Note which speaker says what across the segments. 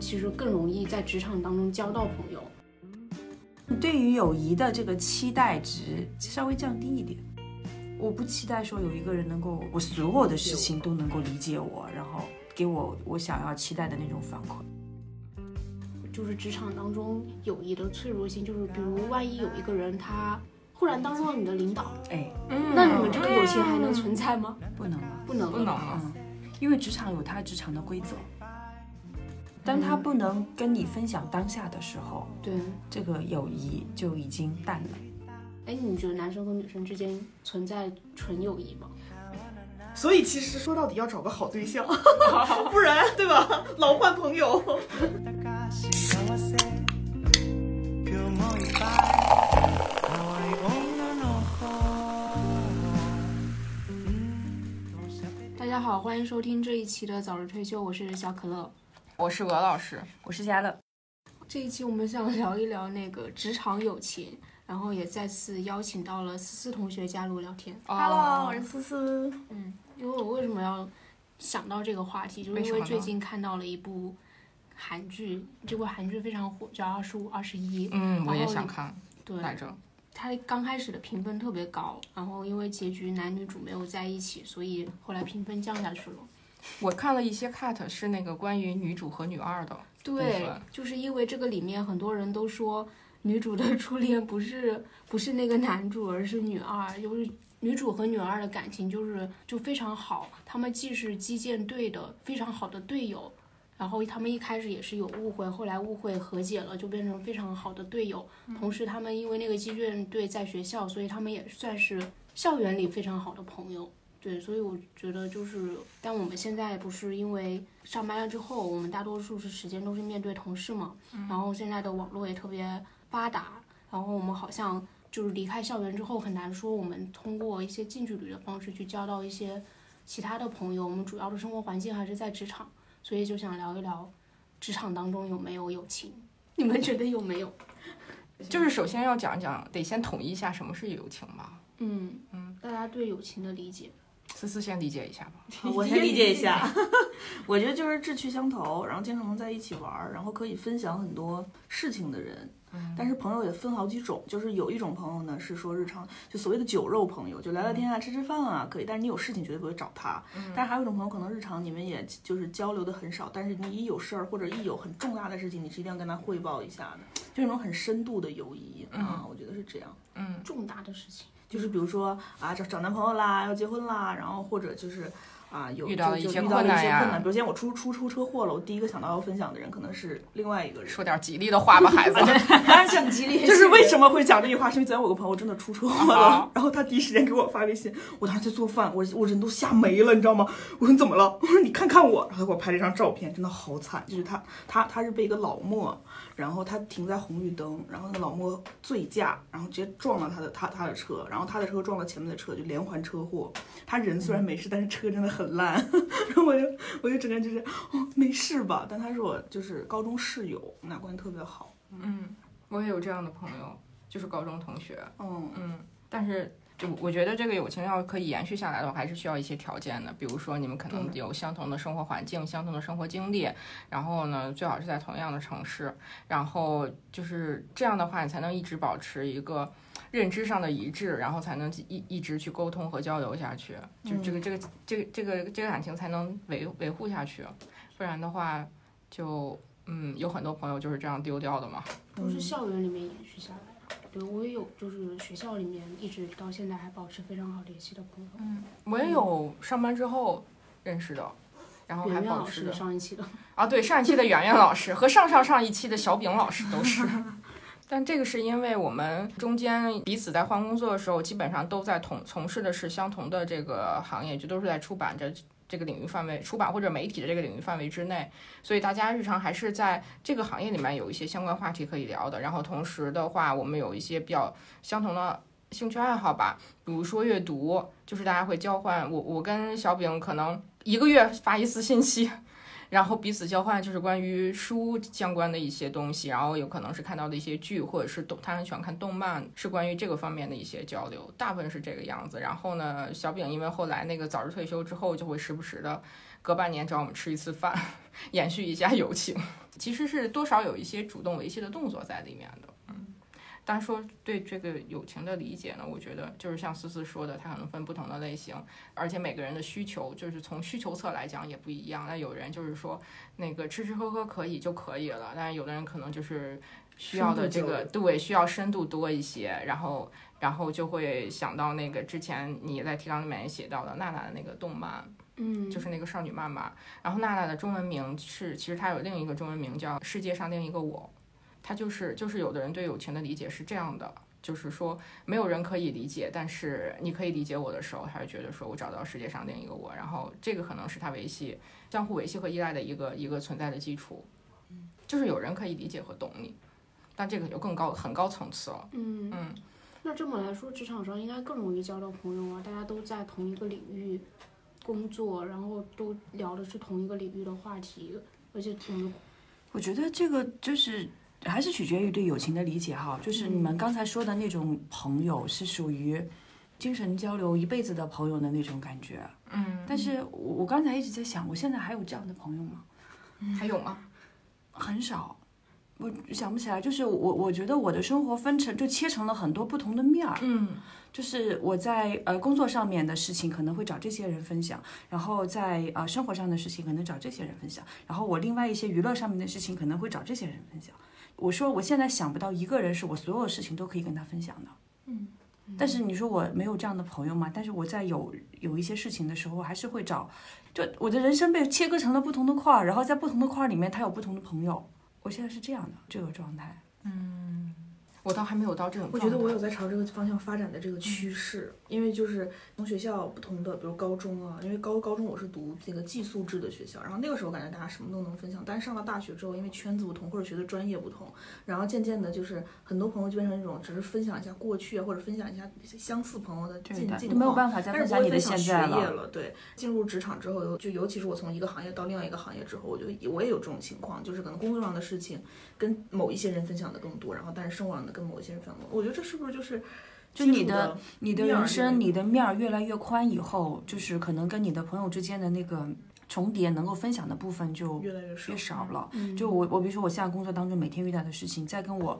Speaker 1: 其实更容易在职场当中交到朋友。
Speaker 2: 对于友谊的这个期待值稍微降低一点。我不期待说有一个人能够我所有的事情都能够理解我，然后给我我想要期待的那种反馈。
Speaker 1: 就是职场当中友谊的脆弱性，就是比如万一有一个人他忽然当上了你的领导，
Speaker 2: 哎，
Speaker 3: 嗯
Speaker 1: 那你们这个友情还能存在吗？
Speaker 2: 不能了，
Speaker 1: 不能
Speaker 3: 不能
Speaker 1: 了。
Speaker 3: 了。
Speaker 2: 嗯，因为职场有它职场的规则，当他不能跟你分享当下的时候，
Speaker 1: 对，
Speaker 2: 这个友谊就已经淡了。
Speaker 1: 哎，你觉得男生和女生之间存在纯友谊吗？
Speaker 4: 所以 其实说到底要找个好对象，不然对吧？老换朋友。
Speaker 5: 高し合わせ今日もいっぱい可愛い女の
Speaker 1: 大家好，欢迎收听这一期的早日退休，我是小可乐。
Speaker 3: 我是鹅老师，
Speaker 2: 我是佳乐，
Speaker 1: 这一期我们想聊一聊那个职场友情，然后也再次邀请到了思思同学加入聊天。
Speaker 3: 哦
Speaker 4: 思思。
Speaker 1: 嗯，因为我为什么要想到这个话题，就是
Speaker 3: 为
Speaker 1: 因
Speaker 3: 什
Speaker 1: 为
Speaker 3: 么呢
Speaker 1: 最近看到了一部韩剧，这部韩剧非常火，叫《二十五二十一》。
Speaker 3: 嗯，我也
Speaker 1: 然后
Speaker 3: 想
Speaker 1: 你
Speaker 3: 看
Speaker 1: 对，
Speaker 3: 来着。
Speaker 1: 它刚开始的评分特别高，然后因为结局男女主没有在一起，所以后来评分降下去了。
Speaker 3: 我看了一些 cut，是那个关于女主和女二的。部
Speaker 1: 对
Speaker 3: 分，
Speaker 1: 就是因为这个里面很多人都说女主的初恋不是 不是那个男主，而是女二，就是女主和女二的感情就是就非常好，他们既是击剑队的非常好的队友，然后他们一开始也是有误会，后来误会和解了，就变成非常好的队友。同时，他们因为那个击剑队在学校，所以他们也算是校园里非常好的朋友。对，所以我觉得就是，但我们现在不是因为上班了之后，我们大多数是时间都是面对同事嘛，然后现在的网络也特别发达，然后我们好像就是离开校园之后，很难说我们通过一些近距离的方式去交到一些其他的朋友，我们主要的生活环境还是在职场，所以就想聊一聊职场当中有没有友情， 你们觉得有没有？
Speaker 3: 就是首先要讲讲，得先统一一下什么是友情吧。
Speaker 1: 嗯嗯，大家对友情的理解，
Speaker 3: 思思先理解一下吧。
Speaker 2: 我
Speaker 4: 我
Speaker 2: 先
Speaker 4: 先
Speaker 2: 理
Speaker 4: 理
Speaker 2: 解
Speaker 4: 解
Speaker 2: 一
Speaker 4: 一
Speaker 2: 下
Speaker 4: 下， 我觉得就是志趣相投，然后经常能在一起玩儿，然后可以分享很多事情的人。但是朋友也分好几种，就是有一种朋友呢是说日常就所谓的酒肉朋友，就聊聊天啊、吃吃饭啊可以，但是你有事情绝对不会找他。但是还有一种朋友，可能日常你们也就是交流的很少，但是你一有事儿或者一有很重大的事情，你是一定要跟他汇报一下的，就那种很深度的友谊啊，我觉得是这样。
Speaker 1: 重大的事情。
Speaker 4: 就是比如说啊，找找男朋友啦，要结婚啦，然后或者就是啊，有
Speaker 3: 遇到
Speaker 4: 就
Speaker 3: 了一
Speaker 4: 就
Speaker 3: 些
Speaker 4: 遇到了
Speaker 3: 困
Speaker 4: 一
Speaker 3: 难
Speaker 4: 些
Speaker 3: 呀
Speaker 4: 困难，比如今天我出出出车祸了，我第一个想到要分享的人可能是另外一个人。
Speaker 3: 说点吉利的话 吧，孩子。
Speaker 4: 当然想激励，就是为什么会讲这句话，是因为昨天我有个朋友真的出车祸了
Speaker 3: 啊，
Speaker 4: 然后他第一时间给我发微信，我当时在做饭，我我人都吓没了，你知道吗？我说你怎么了？我说你看看我，然后他给我拍了一张照片，真的好惨，就是他他他是被一个老莫，然后他停在红绿灯，然后那个老莫醉驾，然后直接撞了他的他他的车，然后他的车撞了前面的车，就连环车祸。他人虽然没事，但是车真的很烂， 然后我就我就整个人就是哦没事吧，但他是我就是高中室友，我们俩关系特别好，
Speaker 3: 嗯，我也有这样的朋友，就是高中同学。
Speaker 4: 嗯。
Speaker 3: 嗯，但是就我觉得这个友情要可以延续下来的话，还是需要一些条件的，比如说你们可能有相同的生活环境、相同的生活经历，然后呢，最好是在同样的城市，然后就是这样的话，你才能一直保持一个。认知上的一致，然后才能一一直去沟通和交流下去，就是这个这个这个这个这个感情才能维维护下去，不然的话就嗯有很多朋友就是这样丢掉的嘛。
Speaker 1: 都是校园里面延续下来的。对，我也有，就是学校里面一直到现在还保持非常好联系的朋友，
Speaker 3: 嗯我也有上班之后认识的，然后还
Speaker 1: 圆圆
Speaker 3: 保
Speaker 1: 老
Speaker 3: 持着
Speaker 1: 师上一期的，
Speaker 3: 啊，对，上一期的圆圆老师和上上上一期的小饼老师都是。 但这个是因为我们中间彼此在换工作的时候，基本上都在同从事的是相同的这个行业，就都是在出版这这个领域范围，出版或者媒体的这个领域范围之内，所以大家日常还是在这个行业里面有一些相关话题可以聊的。然后同时的话，我们有一些比较相同的兴趣爱好吧，比如说阅读，就是大家会交换，我我跟小饼可能一个月发一次信息，然后彼此交换就是关于书相关的一些东西，然后有可能是看到的一些剧，或者是动，他很喜欢看动漫，是关于这个方面的一些交流，大部分是这个样子。然后呢，小饼因为后来那个早日退休之后，就会时不时的隔半年找我们吃一次饭，延续一下友情，其实是多少有一些主动维系的动作在里面的。嗯但说对这个友情的理解呢，我觉得就是像思思说的，它可能分不同的类型，而且每个人的需求，就是从需求侧来讲也不一样。那有人就是说那个吃吃喝喝可以就可以了，但是有的人可能就是需要的这个对需要深度多一些，然后然后就会想到那个之前你在提纲里面也写到的娜娜的那个动漫，
Speaker 1: 嗯，
Speaker 3: 就是那个少女漫漫。然后娜娜的中文名是，其实她有另一个中文名叫《世界上另一个我》，她就是就是有的人对友情的理解是这样的，就是说没有人可以理解，但是你可以理解我的时候，她会觉得说我找到世界上另一个我，然后这个可能是她维系相互维系和依赖的一个一个存在的基础，
Speaker 6: 嗯
Speaker 3: 就是有人可以理解和懂你，但这个有更高很高层次了，
Speaker 1: 嗯
Speaker 3: 嗯。
Speaker 1: 那这么来说，职场上应该更容易交到朋友啊，大家都在同一个领域工作，然后都聊的是同一个领域的话题，而且我们
Speaker 2: 我觉得这个就是还是取决于对友情的理解哈，就是你
Speaker 3: 嗯
Speaker 2: 们刚才说的那种朋友是属于精神交流一辈子的朋友的那种感觉。
Speaker 3: 嗯，
Speaker 2: 但是我我刚才一直在想，我现在还有这样的朋友吗？
Speaker 3: 还有吗？
Speaker 2: 很少，我想不起来。就是我我觉得我的生活分成就切成了很多不同的面儿。
Speaker 3: 嗯，
Speaker 2: 就是我在呃工作上面的事情可能会找这些人分享，然后在呃生活上的事情可能找这些人分享，然后我另外一些娱乐上面的事情可能会找这些人分享。我说我现在想不到一个人是我所有事情都可以跟他分享的，嗯，但是你说我没有这样的朋友嘛？但是我在有有一些事情的时候，还是会找，就我的人生被切割成了不同的块儿，然后在不同的块儿里面，他有不同的朋友。我现在是这样的这个状态，
Speaker 3: 我倒还没有到这种
Speaker 6: 我
Speaker 3: 状态，
Speaker 6: 觉得我有在朝这个方向发展的这个趋势，因为就是从学校不同的，比如高中啊，因为高高中我是读这个寄宿制的学校，然后那个时候感觉大家什么都能分享，但是上了大学之后，因为圈子不同或者学的专业不同，然后渐渐的就是很多朋友就变成那种只是分享一下过去啊，或者分享一下相似朋友的近
Speaker 2: 的，
Speaker 6: 近
Speaker 2: 就没有
Speaker 6: 况。
Speaker 2: 办法再
Speaker 6: 但
Speaker 2: 分
Speaker 6: 是不
Speaker 2: 享
Speaker 6: 会
Speaker 2: 你的
Speaker 6: 分享
Speaker 2: 现
Speaker 6: 学
Speaker 2: 在
Speaker 6: 业
Speaker 2: 了。
Speaker 6: 了，对。进入职场之后，就尤其是我从一个行业到另外一个行业之后，我就我也有这种情况，就是可能工作上的事情跟某一些人分享的更多，然后但是生活上的跟某一些人分享更多。我觉得这是不是就是
Speaker 2: 就
Speaker 6: 基
Speaker 2: 你
Speaker 6: 础
Speaker 2: 的
Speaker 6: 的
Speaker 2: 你的
Speaker 6: 面儿
Speaker 2: 人
Speaker 6: 是
Speaker 2: 生、
Speaker 6: 那
Speaker 2: 你的面儿越来越宽以后，就是可能跟你的朋友之间的那个重叠，能够分享的部分就
Speaker 6: 越来越少嗯
Speaker 2: 越少了。就我我比如说我现在工作当中每天遇到的事情，在跟我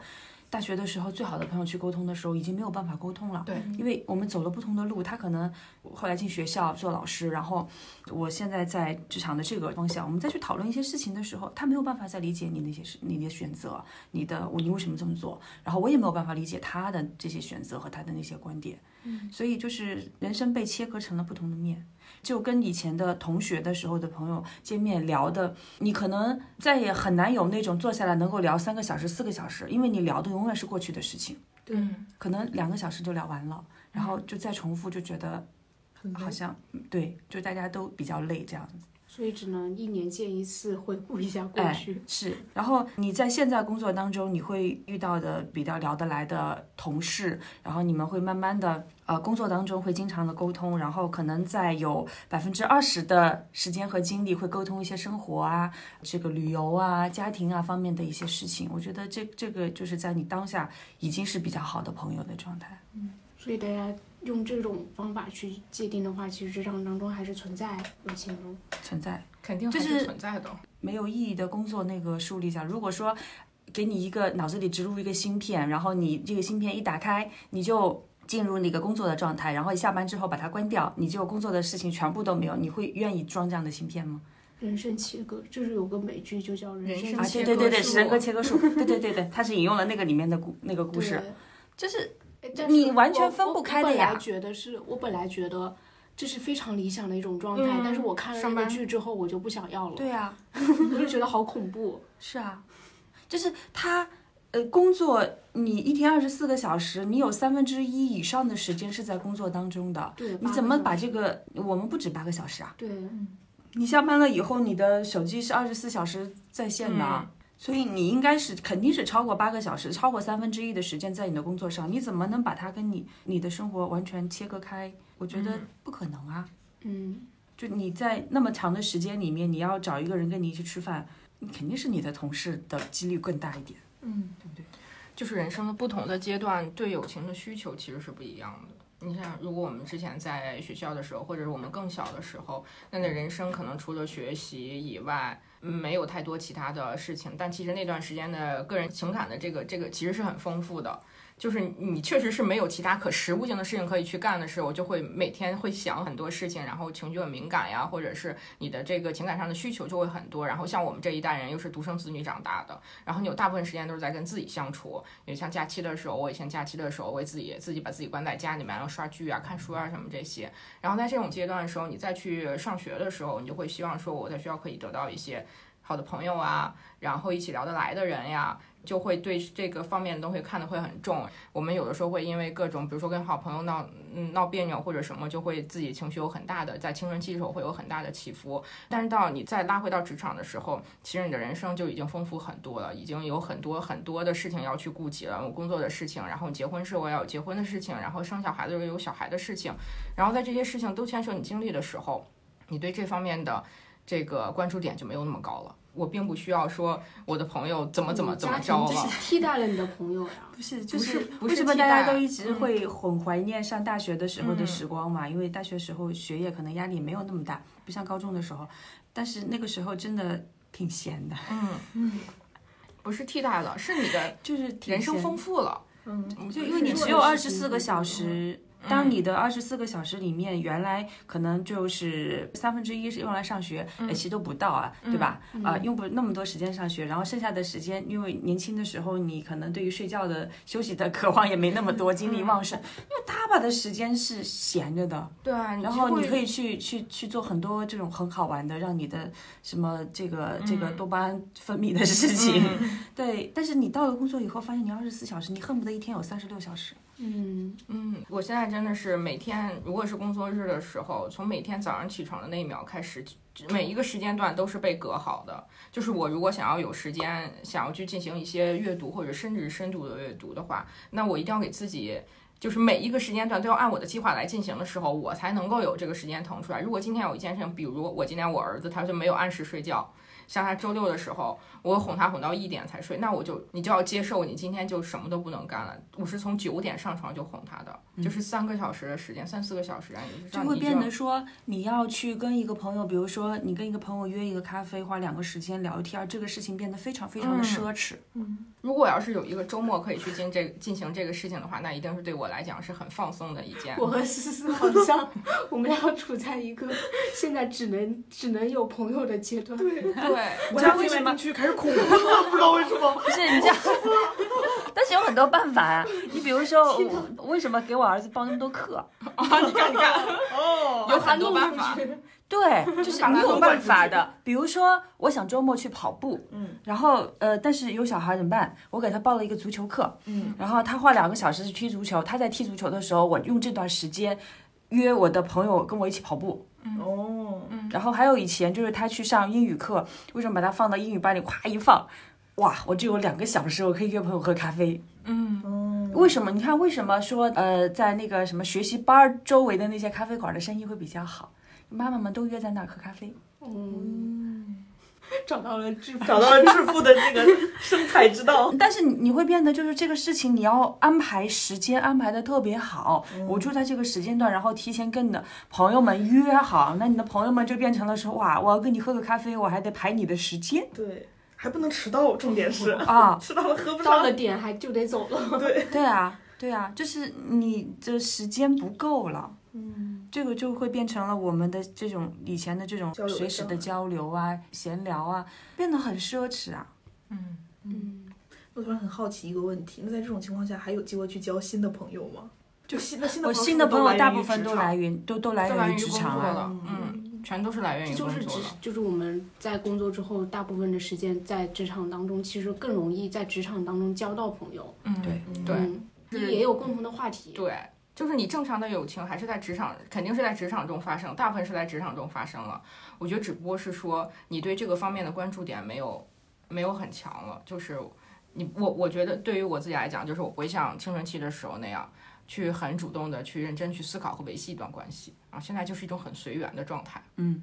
Speaker 2: 大学的时候最好的朋友去沟通的时候，已经没有办法沟通了。
Speaker 3: 对，
Speaker 6: 嗯
Speaker 2: 因为我们走了不同的路，他可能后来进学校做老师，然后我现在在职场的这个方向，我们再去讨论一些事情的时候，他没有办法再理解你那些事、你的选择、你的我你为什么这么做，然后我也没有办法理解他的这些选择和他的那些观点，嗯，所以就是人生被切割成了不同的面。就跟以前的同学的时候的朋友见面聊的，你可能再也很难有那种坐下来能够聊三个小时、四个小时，因为你聊的永远是过去的事情。
Speaker 3: 嗯
Speaker 2: 可能两个小时就聊完了，然后就再重复，就觉得
Speaker 6: 很累
Speaker 2: 好像嗯对，就大家都比较累这样子。
Speaker 1: 所以只能一年见一次，回顾一下过
Speaker 2: 哎
Speaker 1: 去。
Speaker 2: 是，然后你在现在工作当中，你会遇到的比较聊得来的同事，然后你们会慢慢的呃工作当中会经常的沟通，然后可能在有百分之二十的时间和精力会沟通一些生活啊、这个旅游啊、家庭啊方面的一些事情。我觉得这这个就是在你当下已经是比较好的朋友的状态。
Speaker 1: 所以大家用这种方法去界定的话，其实职场当中还是存在友情的。
Speaker 2: 存在。
Speaker 3: 肯定还
Speaker 2: 就是
Speaker 3: 是存在的。
Speaker 2: 没有意义的工作那个树立下。如果说给你一个脑子里植入一个芯片，然后你这个芯片一打开，你就进入那个工作的状态，然后下班之后把它关掉，你就工作的事情全部都没有，你会愿意装这样的芯片吗？
Speaker 1: 人生切割，就是有个美剧就叫《
Speaker 3: 人
Speaker 1: 生
Speaker 3: 生
Speaker 2: 啊，
Speaker 1: 切
Speaker 2: 对
Speaker 3: 切
Speaker 1: 割
Speaker 2: 对
Speaker 3: 割
Speaker 2: 对对，
Speaker 3: 术
Speaker 2: 人格切 割术，对对对对，他是引用了那个里面的故那个》故事，
Speaker 1: 对。
Speaker 2: 就是
Speaker 1: 哎但
Speaker 2: 你
Speaker 1: 是
Speaker 2: 完
Speaker 1: 我
Speaker 2: 全分
Speaker 1: 我
Speaker 2: 不
Speaker 1: 我
Speaker 2: 开的
Speaker 1: 本来
Speaker 2: 呀
Speaker 1: 觉得是我本来觉得这是非常理想的一种状态，但是我看了
Speaker 3: 上
Speaker 1: 那个
Speaker 3: 班
Speaker 1: 剧之后，我就不想要了，
Speaker 2: 嗯对啊，
Speaker 1: 我就觉得好恐怖。
Speaker 2: 是啊，就是他呃，工作你一天二十四个小时，你有三分之一以上的时间是在工作当中的，
Speaker 1: 对，
Speaker 2: 你
Speaker 1: 八
Speaker 2: 怎
Speaker 1: 个
Speaker 2: 么
Speaker 1: 小
Speaker 2: 把
Speaker 1: 时
Speaker 2: 这个？我们不止八个小时啊。
Speaker 1: 对
Speaker 2: 你下班了以后，你的手机是二十四小时在线的啊，所以你应该是肯定是超过八个小时，超过三分之一的时间在你的工作上，你怎么能把它跟你你的生活完全切割开？我觉得不可能啊。
Speaker 1: 嗯，
Speaker 2: 就你在那么长的时间里面，你要找一个人跟你一起吃饭，你肯定是你的同事的几率更大一点。
Speaker 1: 嗯，
Speaker 3: 就是人生的不同的阶段，对友情的需求其实是不一样的。你想，如果我们之前在学校的时候，或者是我们更小的时候，那你的人生可能除了学习以外，嗯没有太多其他的事情。但其实那段时间的个人情感的这个这个其实是很丰富的，就是你确实是没有其他可实物性的事情可以去干的时候，就会每天会想很多事情，然后情绪很敏感呀，或者是你的这个情感上的需求就会很多。然后像我们这一代人又是独生子女长大的，然后你有大部分时间都是在跟自己相处，也像假期的时候，我以前假期的时候，我也自己自己把自己关在家里面，然后刷剧啊、看书啊什么这些。然后在这种阶段的时候，你再去上学的时候，你就会希望说，我在学校可以得到一些好的朋友啊，然后一起聊得来的人呀。就会对这个方面的东西看得会很重。我们有的时候会因为各种，比如说跟好朋友闹嗯闹别扭或者什么，就会自己情绪有很大的，在青春期的时候会有很大的起伏。但是到你再拉回到职场的时候，其实你的人生就已经丰富很多了，已经有很多很多的事情要去顾及了。我工作的事情，然后结婚是我要有结婚的事情，然后生小孩的时候有小孩的事情，然后在这些事情都牵扯你精力的时候，你对这方面的这个关注点就没有那么高了。我并不需要说我的朋友怎么怎么怎么着啊
Speaker 1: 你嗯家
Speaker 3: 了
Speaker 1: 庭，是替代了你的朋友呀。
Speaker 2: 不是，就
Speaker 3: 不
Speaker 2: 是
Speaker 3: 是不
Speaker 2: 为
Speaker 3: 是
Speaker 2: 什么
Speaker 3: 替
Speaker 2: 大家
Speaker 3: 代
Speaker 2: 都一直
Speaker 3: 嗯
Speaker 2: 会很怀念上大学的时候的
Speaker 3: 嗯
Speaker 2: 时光嘛？因为大学时候学业可能压力没有那么大，不像高中的时候，但是那个时候真的挺闲的，
Speaker 3: 嗯
Speaker 1: 嗯，
Speaker 3: 不是替代了，是你的
Speaker 2: 就是挺
Speaker 3: 人生
Speaker 2: 闲
Speaker 3: 丰富了。
Speaker 1: 嗯，
Speaker 2: 就因为你只有二十四个小时，嗯当你的二十四个小时里面，原来可能就是三分之一是用来上学，哎其实都不到啊，对吧？啊、用不那么多时间上学，然后剩下的时间，因为年轻的时候你可能对于睡觉的休息的渴望也没那么多，精力旺盛，因为大把的时间是闲着的，
Speaker 3: 对啊，
Speaker 2: 然后你可
Speaker 3: 以
Speaker 2: 以去去去做很多这种很好玩的，让你的什么这个这个多巴胺分泌的事情， 对。但是你到了工作以后，发现你二十四小时，你恨不得一天有三十六小时。
Speaker 1: 嗯，
Speaker 3: 嗯，我现在真的是每天，如果是工作日的时候，从每天早上起床的那一秒开始，每一个时间段都是被隔好的。就是我如果想要有时间，想要去进行一些阅读或者甚至是深度的阅读的话，那我一定要给自己。就是每一个时间段都要按我的计划来进行的时候，我才能够有这个时间腾出来。如果今天有一件事情，比如我今天我儿子他就没有按时睡觉，像他周六的时候，我哄他哄到一点才睡，那我就你就要接受你今天就什么都不能干了。我是从九点上床就哄他的，就是三个小时的时间，三四个小时啊，也是
Speaker 2: 嗯就
Speaker 3: 让
Speaker 2: 会
Speaker 3: 你
Speaker 2: 变
Speaker 3: 就
Speaker 2: 得说，你要去跟一个朋友，比如说你跟一个朋友约一个咖啡，花两个时间聊天，这个事情变得非常非常的
Speaker 3: 嗯
Speaker 2: 奢侈。
Speaker 3: 如果要是有一个周末可以去进这进行这个事情的话，那一定是对我来讲是很放松的一件。
Speaker 1: 我和思思好像我们俩处在一个现在只能只能有朋友的阶段。对，
Speaker 3: 对，
Speaker 6: 我家听来听去开始恐慌了， 不知道为什么。
Speaker 2: 不是你这样， 但是有很多办法啊。你比如说，我为什么给我儿子报那么多课？
Speaker 3: 你看你看，哦，有很多办法，
Speaker 2: 对，就是
Speaker 6: 把
Speaker 2: 你
Speaker 6: 它
Speaker 2: 有
Speaker 6: 弄
Speaker 2: 办
Speaker 6: 出
Speaker 2: 法
Speaker 6: 去
Speaker 2: 的。比如说，我想周末去跑步，嗯，然后呃，但是有小孩怎么办？我给他报了一个足球课，嗯，然后他花两个小时去踢足球。他在踢足球的时候，我用这段时间约我的朋友跟我一起跑步。
Speaker 6: 哦，
Speaker 2: 然后还有以前就是他去上英语课，为什么把他放到英语班里，咵一放，哇，我就有两个小时，我可以约朋友喝咖啡。嗯，为什么？你看为什么说呃，在那个什么学习班儿周围的那些咖啡馆的生意会比较好？妈妈们都约在那儿喝咖啡。
Speaker 1: 嗯，找到了致富。
Speaker 6: 找到了致富的这个生财之道。
Speaker 2: 但是你你会变得就是这个事情，你要安排时间安排的特别好，我就在这个时间段，然后提前跟你的朋友们约好，那你的朋友们就变成了说哇，我要跟你喝个咖啡，我还得排你的时间
Speaker 6: 对， 还不能迟到，重点是
Speaker 2: 啊。
Speaker 6: 迟到了喝不
Speaker 1: 到
Speaker 6: 上。
Speaker 1: 了点还就得走了，
Speaker 2: 对啊，对啊，就是你的时间不够了。嗯，这个就会变成了我们的这种以前的这种
Speaker 6: 交流的
Speaker 2: 随时
Speaker 6: 障
Speaker 2: 的
Speaker 6: 碍
Speaker 2: 交流啊、闲聊啊，变得很奢侈啊。
Speaker 3: 嗯
Speaker 6: 我突然很好奇一个问题，那在这种情况下，还有机会去交新的朋友吗？就新的新的
Speaker 2: 我
Speaker 6: 朋友
Speaker 2: 新的
Speaker 6: 是不
Speaker 2: 朋
Speaker 6: 是都
Speaker 2: 友大
Speaker 6: 源于
Speaker 2: 部分
Speaker 6: 职
Speaker 2: 都
Speaker 6: 场
Speaker 2: 来源都都来
Speaker 3: 都
Speaker 2: 源
Speaker 3: 源
Speaker 2: 于
Speaker 3: 于
Speaker 2: 职
Speaker 3: 工
Speaker 2: 场
Speaker 3: 作
Speaker 2: 啊。
Speaker 3: 了，嗯，全都是来源于
Speaker 1: 这就
Speaker 3: 工
Speaker 1: 是
Speaker 3: 作
Speaker 1: 职
Speaker 3: 了。，
Speaker 1: 就是我们在工作之后，大部分的时间在职场当中，其实更容易在职场当中交到朋友，
Speaker 3: 嗯，
Speaker 2: 对
Speaker 3: 对
Speaker 1: 嗯
Speaker 3: 是
Speaker 1: 也有共同的话题，
Speaker 3: 对，就是你正常的友情还是在职场，肯定是在职场中发生，大部分是在职场中发生了。我觉得只不过是说你对这个方面的关注点没有没有很强了，就是你我我觉得对于我自己来讲，就是我回想青春期的时候那样。去很主动的去认真去思考和维系一段关系啊。现在就是一种很随缘的状态，
Speaker 1: 嗯，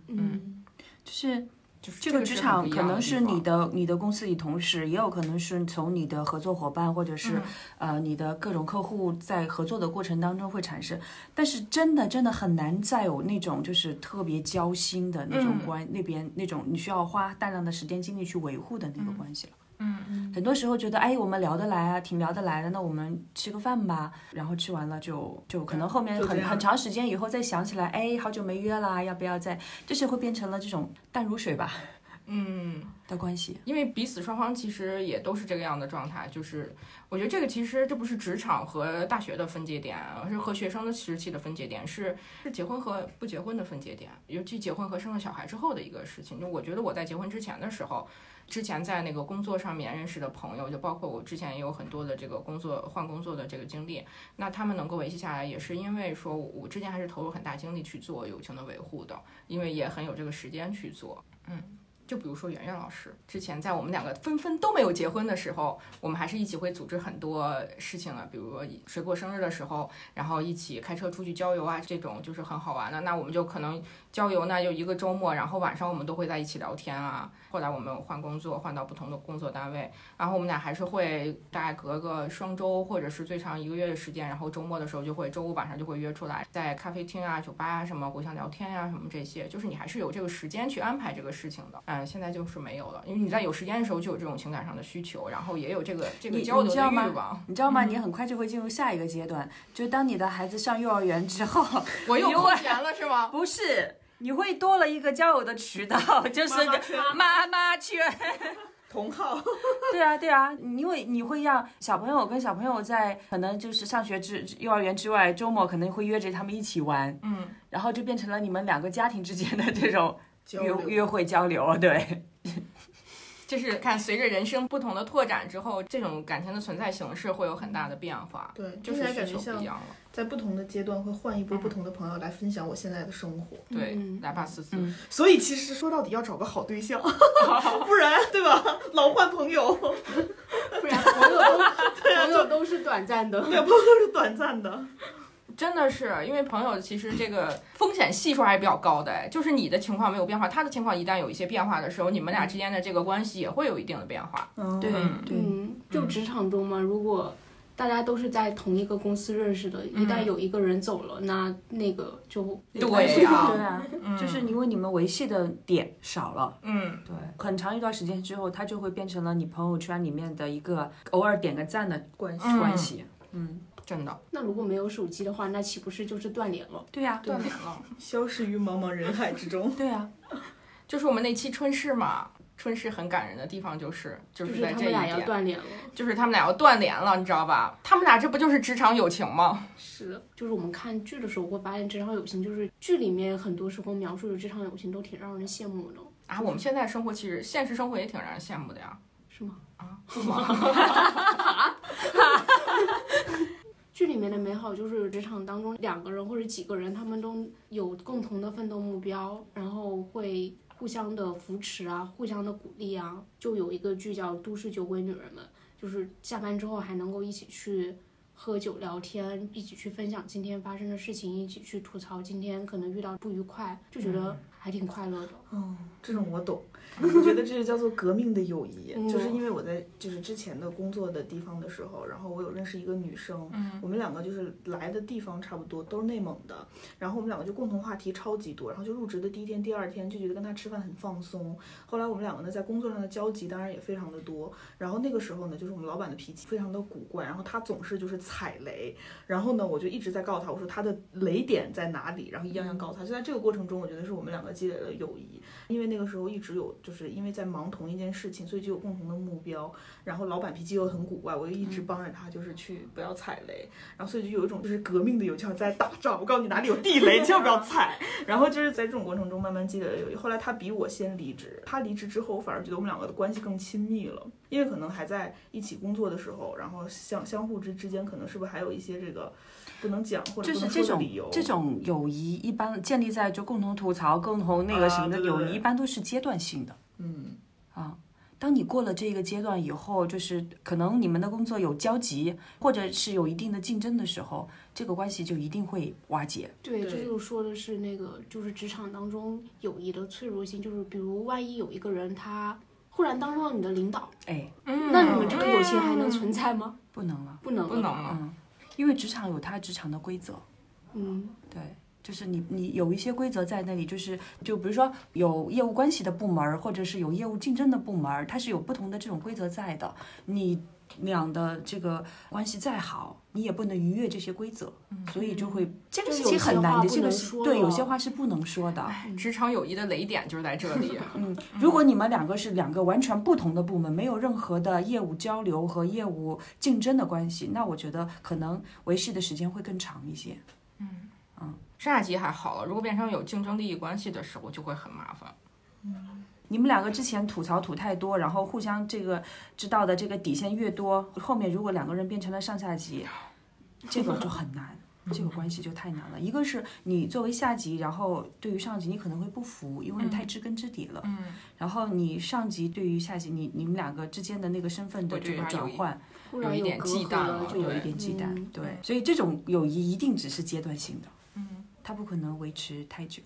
Speaker 2: 就是
Speaker 3: 就是
Speaker 2: 这个
Speaker 3: 个
Speaker 2: 职
Speaker 3: 是
Speaker 2: 场
Speaker 3: 很不一
Speaker 2: 可
Speaker 3: 样
Speaker 2: 能
Speaker 3: 的
Speaker 2: 是
Speaker 3: 地方
Speaker 2: 你的你的公司里同事，也有可能是从你的合作伙伴或者是、呃你的各种客户在合作的过程当中会产生，但是真的真的很难再有那种就是特别交心的那种
Speaker 3: 嗯
Speaker 2: 关、那边那种你需要花大量的时间精力去维护的那个关系了。嗯，很多时候觉得哎，我们聊得来啊，挺聊得来的，那我们吃个饭吧。然后吃完了就就可能后面
Speaker 4: 就这
Speaker 2: 很
Speaker 4: 样
Speaker 2: 很长时间以后再想起来，哎，好久没约啦，要不要再就是会变成了这种淡如水吧
Speaker 3: 嗯。
Speaker 2: 的关系。
Speaker 3: 因为彼此双方其实也都是这个样的状态，就是我觉得这个其实这不是职场和大学的分界点，啊而是和学生的时期的分界点，是是结婚和不结婚的分界点，尤其结婚和生了小孩之后的一个事情。就我觉得我在结婚之前的时候，之前在那个工作上面认识的朋友，就包括我之前也有很多的这个工作换工作的这个经历，那他们能够维系下来，也是因为说我我之前还是投入很大精力去做友情的维护的，因为也很有这个时间去做，嗯。就比如说圆圆老师，之前在我们两个纷纷都没有结婚的时候，我们还是一起会组织很多事情啊，比如说谁过生日的时候，然后一起开车出去郊游啊，这种就是很好玩的。那我们就可能郊游呢，就一个周末，然后晚上我们都会在一起聊天啊。后来我们换工作，换到不同的工作单位，然后我们俩还是会大概隔个双周或者是最长一个月的时间，然后周末的时候就会周五晚上就会约出来，在咖啡厅啊、酒吧啊什么互相聊天呀、什么这些，就是你还是有这个时间去安排这个事情的。嗯，现在就是没有了，因为你在有时间的时候就有这种情感上的需求，然后也有这个这个
Speaker 2: 你
Speaker 3: 交
Speaker 2: 你
Speaker 3: 流
Speaker 2: 知
Speaker 3: 的
Speaker 2: 道吗
Speaker 3: 欲望。
Speaker 2: 你知道吗？你很快就会进入下一个阶段，就当你的孩子上幼儿园之后，
Speaker 3: 我又
Speaker 2: 你
Speaker 3: 扣
Speaker 2: 会
Speaker 3: 钱了是吗？
Speaker 2: 不是。你会多了一个交友的渠道， 就是
Speaker 4: 妈妈圈
Speaker 2: 妈妈圈。
Speaker 4: 同 号，
Speaker 2: 对啊，对啊，你因为你会让小朋友跟小朋友在可能就是上学之幼儿园之外，周末可能会约着他们一起玩，
Speaker 3: 嗯，
Speaker 2: 然后就变成了你们两个家庭之间的这种
Speaker 4: 交
Speaker 2: 约
Speaker 4: 流
Speaker 2: 约会交流，对。
Speaker 3: 就是看随着人生不同的拓展之后，这种感情的存在形式会有很大的变化，
Speaker 4: 对，
Speaker 3: 就
Speaker 4: 现
Speaker 3: 是
Speaker 4: 在感觉
Speaker 3: 需求不
Speaker 4: 像
Speaker 3: 一样了。
Speaker 4: 在不同的阶段会换一波不同的朋友来分享我现在的生活，
Speaker 3: 对
Speaker 1: 嗯，
Speaker 3: 来吧，思思。
Speaker 2: 嗯
Speaker 4: 所以其实说到底要找个好对象，不然对吧？老换朋友，
Speaker 1: 不然朋友都朋友都是短暂的。
Speaker 4: 对，朋友是短暂的。
Speaker 3: 真的是，因为朋友其实这个风险系数还是比较高的，哎，就是你的情况没有变化，他的情况一旦有一些变化的时候，你们俩之间的这个关系也会有一定的变化。
Speaker 4: 嗯
Speaker 2: 对
Speaker 1: 嗯，就职场中嘛，如果大家都是在同一个公司认识的，一旦有一个人走了，那那个就
Speaker 3: 嗯对呀
Speaker 2: 对啊，
Speaker 1: 嗯
Speaker 2: 就是因为你们维系的点少了，
Speaker 3: 嗯，
Speaker 2: 对，很长一段时间之后，它就会变成了你朋友圈里面的一个偶尔点个赞的
Speaker 4: 关系
Speaker 3: 嗯
Speaker 2: 关系。
Speaker 3: 真的
Speaker 1: 那如果没有手机的话，那岂不是就是断联了？
Speaker 2: 对呀、
Speaker 3: 断联了。
Speaker 4: 消失于茫茫人海之中。
Speaker 2: 对呀、
Speaker 3: 就是我们那期春逝嘛，春逝很感人的地方就是就
Speaker 1: 就是是
Speaker 3: 在
Speaker 1: 他
Speaker 3: 这一
Speaker 1: 们俩要
Speaker 3: 点，
Speaker 1: 断联了。
Speaker 3: 就是他们俩要断联了，你知道吧？他们俩这不就是职场友情吗？
Speaker 1: 是的，就是我们看剧的时候会发现，职场友情就是剧里面很多时候描述的职场友情都挺让人羡慕的，
Speaker 3: 啊，我们现在生活其实现实生活也挺让人羡慕的呀。
Speaker 1: 是吗？
Speaker 3: 啊，是吗？
Speaker 1: 剧里面的美好就是职场当中两个人或者几个人，他们都有共同的奋斗目标，然后会互相的扶持啊，互相的鼓励啊。就有一个剧叫《都市酒鬼女人们》，就是下班之后还能够一起去喝酒聊天，一起去分享今天发生的事情，一起去吐槽今天可能遇到不愉快，就觉得还挺快乐的。
Speaker 4: 嗯，这种我懂， 我觉得这是叫做革命的友谊
Speaker 1: 嗯，
Speaker 4: 就是因为我在就是之前的工作的地方的时候，然后我有认识一个女生，我们两个就是来的地方差不多，都是内蒙的，然后我们两个就共同话题超级多，然后就入职的第一天、第二天就觉得跟她吃饭很放松，后来我们两个呢在工作上的交集当然也非常的多，然后那个时候呢就是我们老板的脾气非常的古怪，然后他总是就是踩雷，然后呢，我就一直在告诉他，我说他的雷点在哪里，然后一样样告诉他。就在这个过程中，我觉得是我们两个积累了友谊，因为那个时候一直有，就是因为在忙同一件事情，所以就有共同的目标。然后老板脾气又很古怪，我就一直
Speaker 2: 嗯
Speaker 4: 帮着他，就是去不要踩雷。然后所以就有一种就是革命的友情像在打仗，我告诉你哪里有地雷，千万不要踩。然后就是在这种过程中慢慢积累了友谊。后来他比我先离职，他离职之后，我反而觉得我们两个的关系更亲密了。因为可能还在一起工作的时候，然后相相互之之间，可能是不是还有一些这个不能讲或者
Speaker 2: 就
Speaker 4: 不
Speaker 2: 是
Speaker 4: 能
Speaker 2: 这
Speaker 4: 说的
Speaker 2: 种
Speaker 4: 理由？
Speaker 2: 这种友谊，一般建立在就共同吐槽、共同那个
Speaker 4: 啊
Speaker 2: 什么的
Speaker 4: 对对
Speaker 2: 友谊，
Speaker 4: 对
Speaker 2: 一般都是阶段性的
Speaker 4: 嗯，
Speaker 2: 啊。当你过了这个阶段以后，就是可能你们的工作有交集，或者是有一定的竞争的时候，这个关系就一定会瓦解。
Speaker 1: 对，这
Speaker 6: 对
Speaker 1: 就说的是那个，就是职场当中友谊的脆弱性，就是比如万一有一个人他忽然当上了你的领导，
Speaker 2: 哎，
Speaker 1: 那你们这个友情还能存在吗？
Speaker 2: 不能了，
Speaker 1: 不能，
Speaker 3: 嗯不能。了。
Speaker 2: 嗯，因为职场有它职场的规则。
Speaker 1: 嗯，
Speaker 2: 对，就是你你有一些规则在那里，就是就比如说有业务关系的部门儿，或者是有业务竞争的部门儿，它是有不同的这种规则在的。你俩的这个关系再好，你也不能逾越这些规则，所以就会这个
Speaker 1: 嗯就
Speaker 2: 事
Speaker 1: 有
Speaker 2: 情
Speaker 1: 些
Speaker 2: 很难
Speaker 1: 话
Speaker 2: 的。
Speaker 1: 不
Speaker 2: 这个
Speaker 1: 能
Speaker 2: 是
Speaker 1: 说
Speaker 2: 对有
Speaker 1: 了哎
Speaker 2: 些话是不能说的。
Speaker 1: 嗯
Speaker 3: 职场友谊的雷点就是在这里。
Speaker 2: 嗯，如果你们两个是两个完全不同的部门，没有任何的业务交流和业务竞争的关系，那我觉得可能维系的时间会更长一些。
Speaker 3: 上下级还好了，如果变成有竞争利益关系的时候，就会很麻烦。
Speaker 2: 你们两个之前吐槽吐太多，然后互相这个知道的这个底线越多，后面如果两个人变成了上下 级，这个就很难，这个关系就太难了。一个是你作为下级，然后对于上级你可能会不服，因为你太知根知底了。嗯。然后你上级对于下级，你你们两个之间的那个身份的
Speaker 3: 会
Speaker 2: 这
Speaker 3: 对
Speaker 2: 个
Speaker 3: 他有
Speaker 2: 转
Speaker 3: 一
Speaker 2: 换，
Speaker 1: 忽然
Speaker 3: 有一点
Speaker 1: 隔
Speaker 3: 忌
Speaker 1: 阂
Speaker 3: 惮
Speaker 1: 了，
Speaker 3: 了
Speaker 2: 就
Speaker 1: 就
Speaker 2: 有一
Speaker 3: 对
Speaker 2: 点忌惮。
Speaker 1: 嗯
Speaker 2: 对，所以这种友谊一定只是阶段性的。嗯。它不可能维持太久。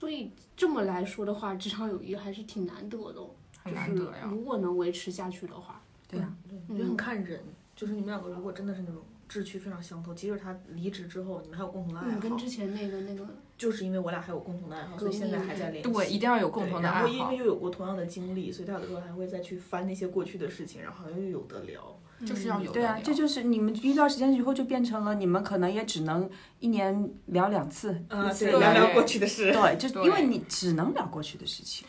Speaker 1: 所以这么来说的话，职场友谊还是挺难得的哦，
Speaker 3: 很
Speaker 1: 就
Speaker 3: 难得
Speaker 1: 是
Speaker 3: 呀。
Speaker 1: 如果能维持下去的话，
Speaker 2: 对啊，
Speaker 4: 我觉得很看人，就是你们两个如果真的是那种志趣非常相投，即使他离职之后，你们还有共同的爱
Speaker 1: 嗯，跟
Speaker 4: 好
Speaker 1: 之，前那个那个，
Speaker 4: 就是因为我俩还有共同的爱好，所以现在还在联系。
Speaker 3: 对，一定要有共同的
Speaker 4: 对然
Speaker 3: 爱
Speaker 4: 后因为
Speaker 3: 好，
Speaker 4: 又有过同样的经历，所以他有的时候还会再去翻那些过去的事情，然后好像又有的聊。
Speaker 3: 就是要有的
Speaker 2: 对啊
Speaker 3: 聊，
Speaker 2: 这就是你们一段时间以后就变成了你们可能也只能一年聊两次，
Speaker 3: 嗯
Speaker 4: 啊，
Speaker 2: 一次
Speaker 4: 对，聊聊过去的事。
Speaker 2: 对，就
Speaker 3: 对
Speaker 2: 因为你只能聊过去的事情，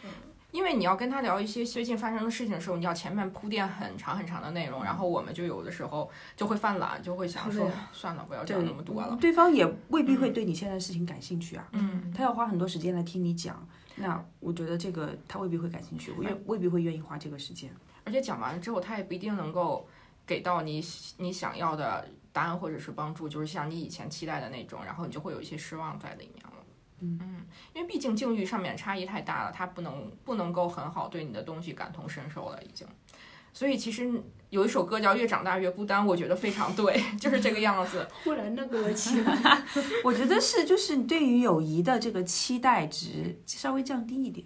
Speaker 3: 因为你要跟他聊一些最近发生的事情的时候，你要前面铺垫很长很长的内容，然后我们就有的时候就会犯懒，就会想说
Speaker 4: 对
Speaker 3: 算了，不要讲那么多了。
Speaker 2: 对方也未必会
Speaker 4: 嗯
Speaker 2: 对你现在的事情感兴趣啊，
Speaker 3: 嗯，
Speaker 2: 他要花很多时间来听你讲，那我觉得这个他未必会感兴趣，
Speaker 3: 哎
Speaker 2: 我也未必会愿意花这个时间。
Speaker 3: 而且讲完之后，他也不一定能够给到你你想要的答案或者是帮助，就是像你以前期待的那种，然后你就会有一些失望在里面了。
Speaker 2: 嗯
Speaker 3: 因为毕竟境遇上面差异太大了，他不能不能够很好对你的东西感同身受了，已经。所以其实有一首歌叫《越长大越孤单》，我觉得非常对， 就是这个样子。
Speaker 1: 忽然那 个起来，
Speaker 2: 我觉得是，就是你对于友谊的这个期待值稍微降低一点。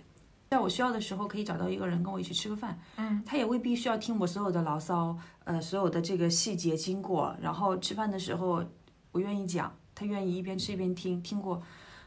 Speaker 2: 在我需要的时候，可以找到一个人跟我一起吃个饭，嗯，他也未必需要听我所有的牢骚，呃，所有的这个细节经过。然后吃饭的时候，我愿意讲，他愿意一边吃一边听，听过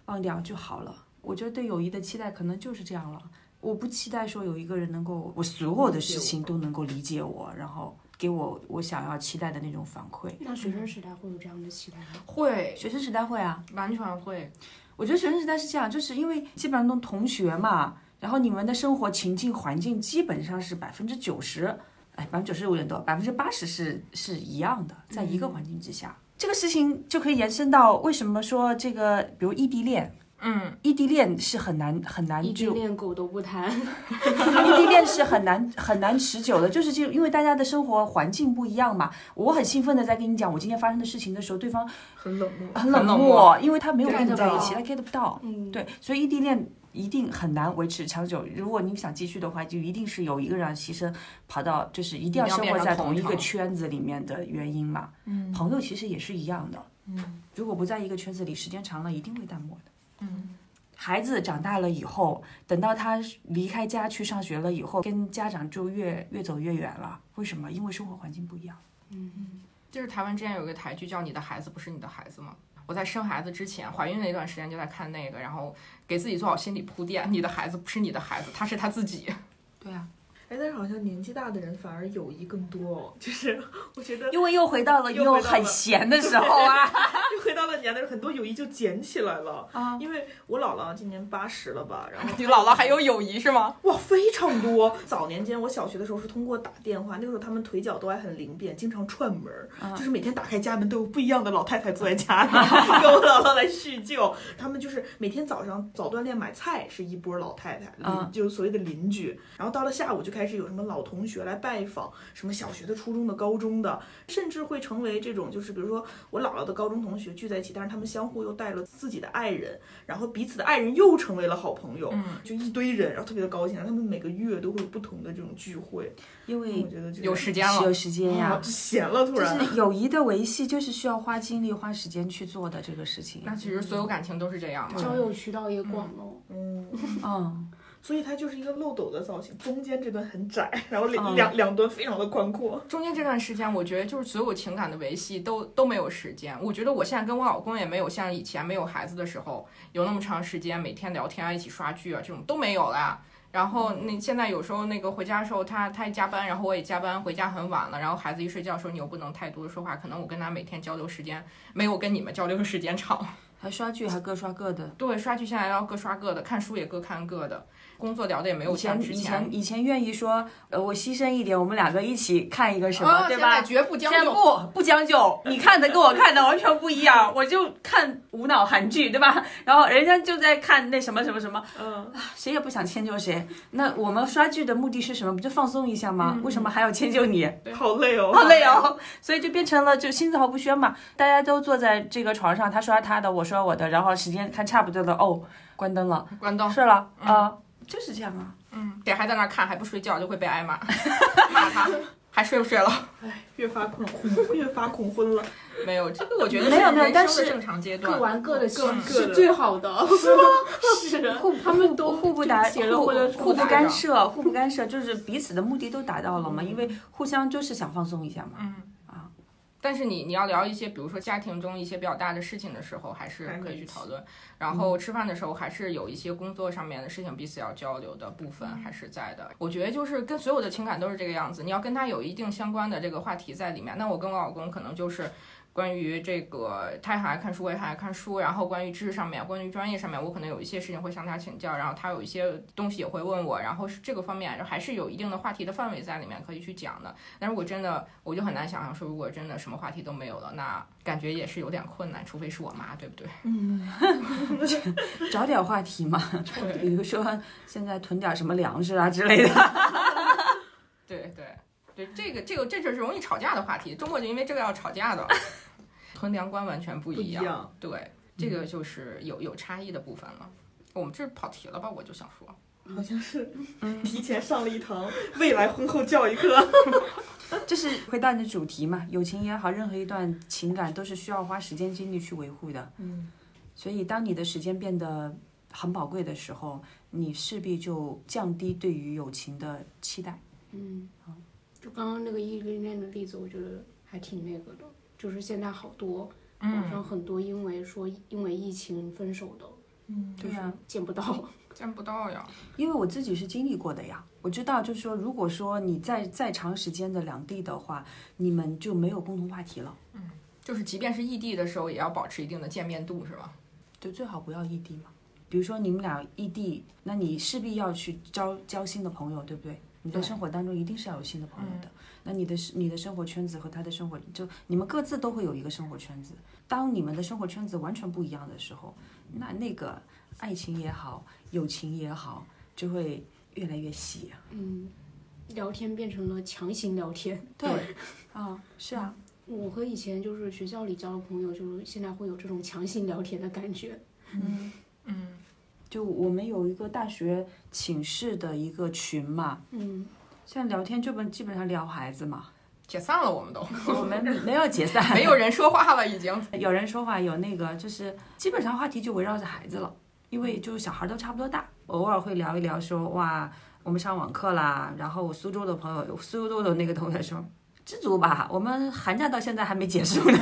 Speaker 2: 忘掉就好了。我觉得对友谊的期待可能就是这样了。我不期待说有一个人能够我所有的事情都能够理解我，然后给我我想要期待的那种反馈。
Speaker 1: 那学生时代会有这样的期待吗？
Speaker 3: 会，
Speaker 2: 学生时代会啊，
Speaker 3: 完全会。
Speaker 2: 我觉得学生时代是这样，就是因为基本上都同学嘛，然后你们的生活情境环境基本上是百分之九十，哎，百分之九十有点多，百分之八十是是一样的，在一个环境之下，这个事情就可以延伸到为什么说这个，比如异地恋，
Speaker 3: 嗯，
Speaker 2: 异地恋是很难很难
Speaker 1: 异地
Speaker 2: 就
Speaker 1: 恋狗都不谈，
Speaker 2: 异地恋是很难很难持久的，就是就因为大家的生活环境不一样嘛。我很兴奋的在跟你讲我今天发生的事情的时候，对方
Speaker 4: 很冷漠。
Speaker 2: 很
Speaker 3: 冷
Speaker 2: 冷
Speaker 3: 漠
Speaker 2: 漠，因为他没有
Speaker 1: get
Speaker 2: 跟你
Speaker 1: 不
Speaker 2: 在一
Speaker 1: 到
Speaker 2: 起，他 get 不到。
Speaker 1: 嗯，
Speaker 2: 对，所以异地恋一定很难维持长久。如果你想继续的话，就一定是有一个人牺牲，跑到就是一定要
Speaker 3: 一
Speaker 2: 生
Speaker 3: 定要变
Speaker 2: 活
Speaker 3: 成
Speaker 2: 在
Speaker 3: 同
Speaker 2: 同一
Speaker 3: 城
Speaker 2: 个圈子里面的原因嘛。嗯，朋友其实也是一样的。嗯，如果不在一个圈子里，时间长了一定会淡漠的。
Speaker 3: 嗯。
Speaker 2: 孩子长大了以后，等到他离开家去上学了以后，跟家长就越越走越远了。为什么？因为生活环境不一样。
Speaker 1: 嗯
Speaker 3: 就是台湾之前有一个台剧叫《你的孩子不是你的孩子》吗？我在生孩子之前，怀孕那段时间就在看那个，然后给自己做好心理铺垫。你的孩子不是你的孩子，他是他自己。
Speaker 2: 对啊，
Speaker 4: 哎，但是好像年纪大的人反而友谊更多哦，就是我觉得
Speaker 2: 因为又回到了
Speaker 4: 又
Speaker 2: 又
Speaker 4: 回到
Speaker 2: 很
Speaker 4: 了
Speaker 2: 闲的时候啊。
Speaker 4: 又回到了年代，很多友谊就捡起来了。
Speaker 2: 啊
Speaker 4: 因为我姥姥今年八十了吧， 然后
Speaker 3: 你姥姥还有友谊是吗？
Speaker 4: 哇，非常多。早年间，我小学的时候是通过打电话，那个时候他们腿脚都还很灵便，经常串门儿，就是每天打开家门都有不一样的老太太坐在家里跟我姥姥来叙旧。他们就是每天早上早锻炼买菜是一波老太太，邻
Speaker 2: 嗯
Speaker 4: 就是所谓的邻居，然后到了下午就开开始有什么老同学来拜访，什么小学的、初中的、高中的，甚至会成为这种，就是比如说我姥姥的高中同学聚在一起，但是他们相互又带了自己的爱人，然后彼此的爱人又成为了好朋友，
Speaker 2: 嗯
Speaker 4: 就一堆人，然后特别的高兴，然后他们每个月都会有不同的这种聚会，
Speaker 2: 因
Speaker 4: 我
Speaker 2: 为
Speaker 4: 觉得这个
Speaker 3: 有时间了
Speaker 2: 有时间
Speaker 4: 啊
Speaker 2: 呀，
Speaker 4: 就闲了，突
Speaker 2: 就
Speaker 4: 然。
Speaker 2: 是友谊的维系，就是需要花精力、花时间去做的这个事情。
Speaker 3: 那其实所有感情都是这样嘛。
Speaker 1: 嗯交友渠道也广哦喽。
Speaker 4: 嗯，
Speaker 2: 嗯，
Speaker 4: 所以它就是一个漏斗的造型，中间这段很窄， 然后
Speaker 2: 嗯
Speaker 4: 两两两端非常的宽阔。
Speaker 3: 中间这段时间，我觉得就是所有情感的维系都都没有时间。我觉得我现在跟我老公也没有像以前没有孩子的时候有那么长时间每天聊天啊、一起刷剧啊这种都没有啦。然后那现在有时候那个回家的时候他，他也加班，然后我也加班，回家很晚了。然后孩子一睡觉的时候，你又不能太多的说话，可能我跟他每天交流时间没有跟你们交流时间长。
Speaker 2: 还刷剧，还各刷各的。
Speaker 3: 对，刷剧现在要各刷各的，看书也各看各的，工作聊的也没有
Speaker 2: 以前
Speaker 3: 像之
Speaker 2: 以前以前愿意说，呃，我牺牲一点，我们两个一起看一个什么，
Speaker 3: 啊，
Speaker 2: 对
Speaker 3: 现
Speaker 2: 吧
Speaker 3: 在？绝不将
Speaker 2: 现在
Speaker 3: 就。
Speaker 2: 不不将就，你看的跟我看的完全不一样，我就看无脑韩剧，对吧？ 然后人家就在看那什么什么什么，啊
Speaker 4: 嗯，
Speaker 2: 谁也不想迁就谁。那我们刷剧的目的是什么？不就放松一下吗？为什么还要迁就你？
Speaker 4: 好累哦，
Speaker 2: 好累哦，所以就变成了就心照不宣嘛，大家都坐在这个床上，他刷他的，我刷我的，然后时间看差不多了，哦，关灯了，
Speaker 3: 关灯，
Speaker 2: 睡了啊、就是这样啊。
Speaker 3: 嗯，得还在那儿看，还不睡觉就会被挨骂， 骂他还睡不睡了？
Speaker 4: 哎， 越发困惑，越发恐婚了。
Speaker 3: 没有，这个我觉得
Speaker 2: 没有
Speaker 3: 是
Speaker 2: 没有
Speaker 3: 人
Speaker 2: 但
Speaker 3: 生的
Speaker 2: 是
Speaker 3: 正常阶
Speaker 1: 各
Speaker 3: 段。
Speaker 1: 玩各的，
Speaker 3: 各玩
Speaker 1: 是
Speaker 4: 各的
Speaker 1: 是最好的， 是吗？是，互他们都
Speaker 2: 互不打
Speaker 1: 就结了
Speaker 2: 互
Speaker 1: 婚了，
Speaker 2: 互不
Speaker 3: 打
Speaker 2: 干
Speaker 3: 扰
Speaker 2: 涉，互不干涉，就是彼此的目的都达到了嘛，因为互相就是想放松一下嘛。
Speaker 3: 但是你你要聊一些，比如说家庭中一些比较大的事情的时候，还是
Speaker 4: 还是
Speaker 3: 可以去
Speaker 4: 一起嗯
Speaker 3: 讨论。然后吃饭的时候，还是有一些工作上面的事情彼此要交流的部分还是在
Speaker 4: 嗯
Speaker 3: 的。我觉得就是跟所有的情感都是这个样子，你要跟他有一定相关的这个话题在里面。那我跟我老公可能就是。关于这个，他也很爱看书，我也很爱看书。然后关于知识上面，关于专业上面，我可能有一些事情会向他请教，然后他有一些东西也会问我。然后是这个方面，还是有一定的话题的范围在里面可以去讲的。但是我真的，我就很难想象说，如果真的什么话题都没有了，那感觉也是有点困难，除非是我妈，对不 对？
Speaker 2: 找点话题嘛，
Speaker 3: 对
Speaker 2: 比如说现在囤点什么粮食啊之类的。
Speaker 3: 对对对，这个这个这就是容易吵架的话题，中国就因为这个要吵架 的，囤粮观完全不
Speaker 4: 不
Speaker 3: 一
Speaker 4: 一
Speaker 3: 样。嗯
Speaker 4: 样
Speaker 3: 对，这个就是有有差异的部分了。我们这跑题了吧？我就想说，
Speaker 2: 嗯
Speaker 4: 好像是提前上了一堂未来婚后教育课。
Speaker 2: 就是回到你的主题嘛，友情也好，任何一段情感都是需要花时间精力去维护的。
Speaker 4: 嗯，
Speaker 2: 所以当你的时间变得很宝贵的时候，你势必就降低对于友情的期待。
Speaker 1: 嗯，就刚刚那个异地恋的例子，我觉得还挺那个的，就是现在好多
Speaker 2: 嗯
Speaker 1: 网上很多因为说因为疫情分手的，
Speaker 4: 嗯，
Speaker 2: 对啊，
Speaker 1: 见不到，
Speaker 3: 见不到呀。
Speaker 2: 因为我自己是经历过的呀，我知道，就是说，如果说你在再长时间的两地的话，你们就没有共同话题了，
Speaker 3: 就是即便是异地的时候，也要保持一定的见面度，是吧？
Speaker 2: 就最好不要异地嘛。比如说你们俩异地，那你势必要去交交新的朋友，对不对？你在
Speaker 3: 对
Speaker 2: 生活当中一定是要有新的朋友的。那你的你的生活圈子和他的生活，就你们各自都会有一个生活圈子。当你们的生活圈子完全不一样的时候，那那个爱情也好，友情也好，就会越来越稀、啊。
Speaker 1: 嗯，聊天变成了强行聊天。
Speaker 2: 对，啊、是啊，
Speaker 1: 我和以前就是学校里交的朋友，就是现在会有这种强行聊天的感觉。
Speaker 3: 嗯，
Speaker 2: 就我们有一个大学寝室的一个群嘛，
Speaker 1: 嗯，
Speaker 2: 现在聊天就本基本上聊孩子嘛，
Speaker 3: 解散了，我们都
Speaker 2: 我们 没有解散，
Speaker 3: 没有人说话了，已经。
Speaker 2: 有人说话有那个，就是基本上话题就围绕着孩子了，因为就小孩都差不多大，偶尔会聊一聊说哇，我们上网课啦，然后我苏州的朋友，苏州的那个同学说。知足吧，我们寒假到现在还没结束呢，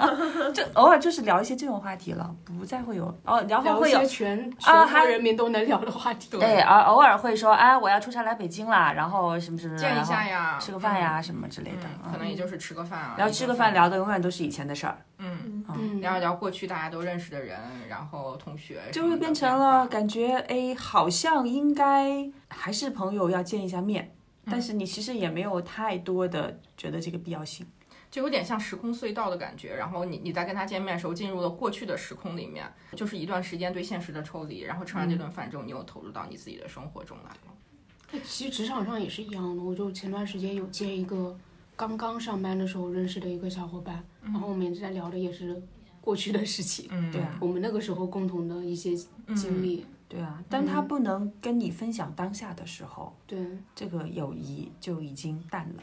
Speaker 2: 就偶尔就是聊一些这种话题了，不再会有哦，然后
Speaker 1: 聊一
Speaker 2: 会有
Speaker 1: 些全
Speaker 2: 啊
Speaker 1: 全
Speaker 2: 还
Speaker 1: 国人民都能聊的话题。
Speaker 2: 对，而偶尔会说，哎，我要出差来北京啦，然后什么什么，
Speaker 3: 见一
Speaker 2: 然
Speaker 3: 下
Speaker 2: 后
Speaker 3: 呀，
Speaker 2: 吃个饭呀，什么之类的。
Speaker 3: 嗯，可能也就是吃个饭啊，
Speaker 2: 然后
Speaker 3: 一
Speaker 2: 吃
Speaker 3: 顿
Speaker 2: 个饭，聊的永远都是以前的事儿，
Speaker 3: 嗯，
Speaker 1: 嗯，
Speaker 3: 聊一聊过去大家都认识的人，然后同学什么的，
Speaker 2: 就会变成了感觉，哎，好像应该还是朋友要见一下面，但是你其实也没有太多的觉得这个必要性。
Speaker 3: 就有点像时空隧道的感觉。然后你你在跟他见面的时候，进入了过去的时空里面，
Speaker 2: 嗯
Speaker 3: 就是一段时间对现实的抽离。然后吃完这顿饭之后，你又投入到你自己的生活中来了。
Speaker 1: 其实职场上也是一样的，我就前段时间有见一个刚刚上班的时候认识的一个小伙伴，然后我们也在聊的也是过去的事情，
Speaker 3: 嗯，
Speaker 2: 对啊，
Speaker 1: 我们那个时候共同的一些经历，
Speaker 2: 对啊，当他不能跟你分享当下的时候，
Speaker 1: 对。
Speaker 2: 这个友谊就已经淡了。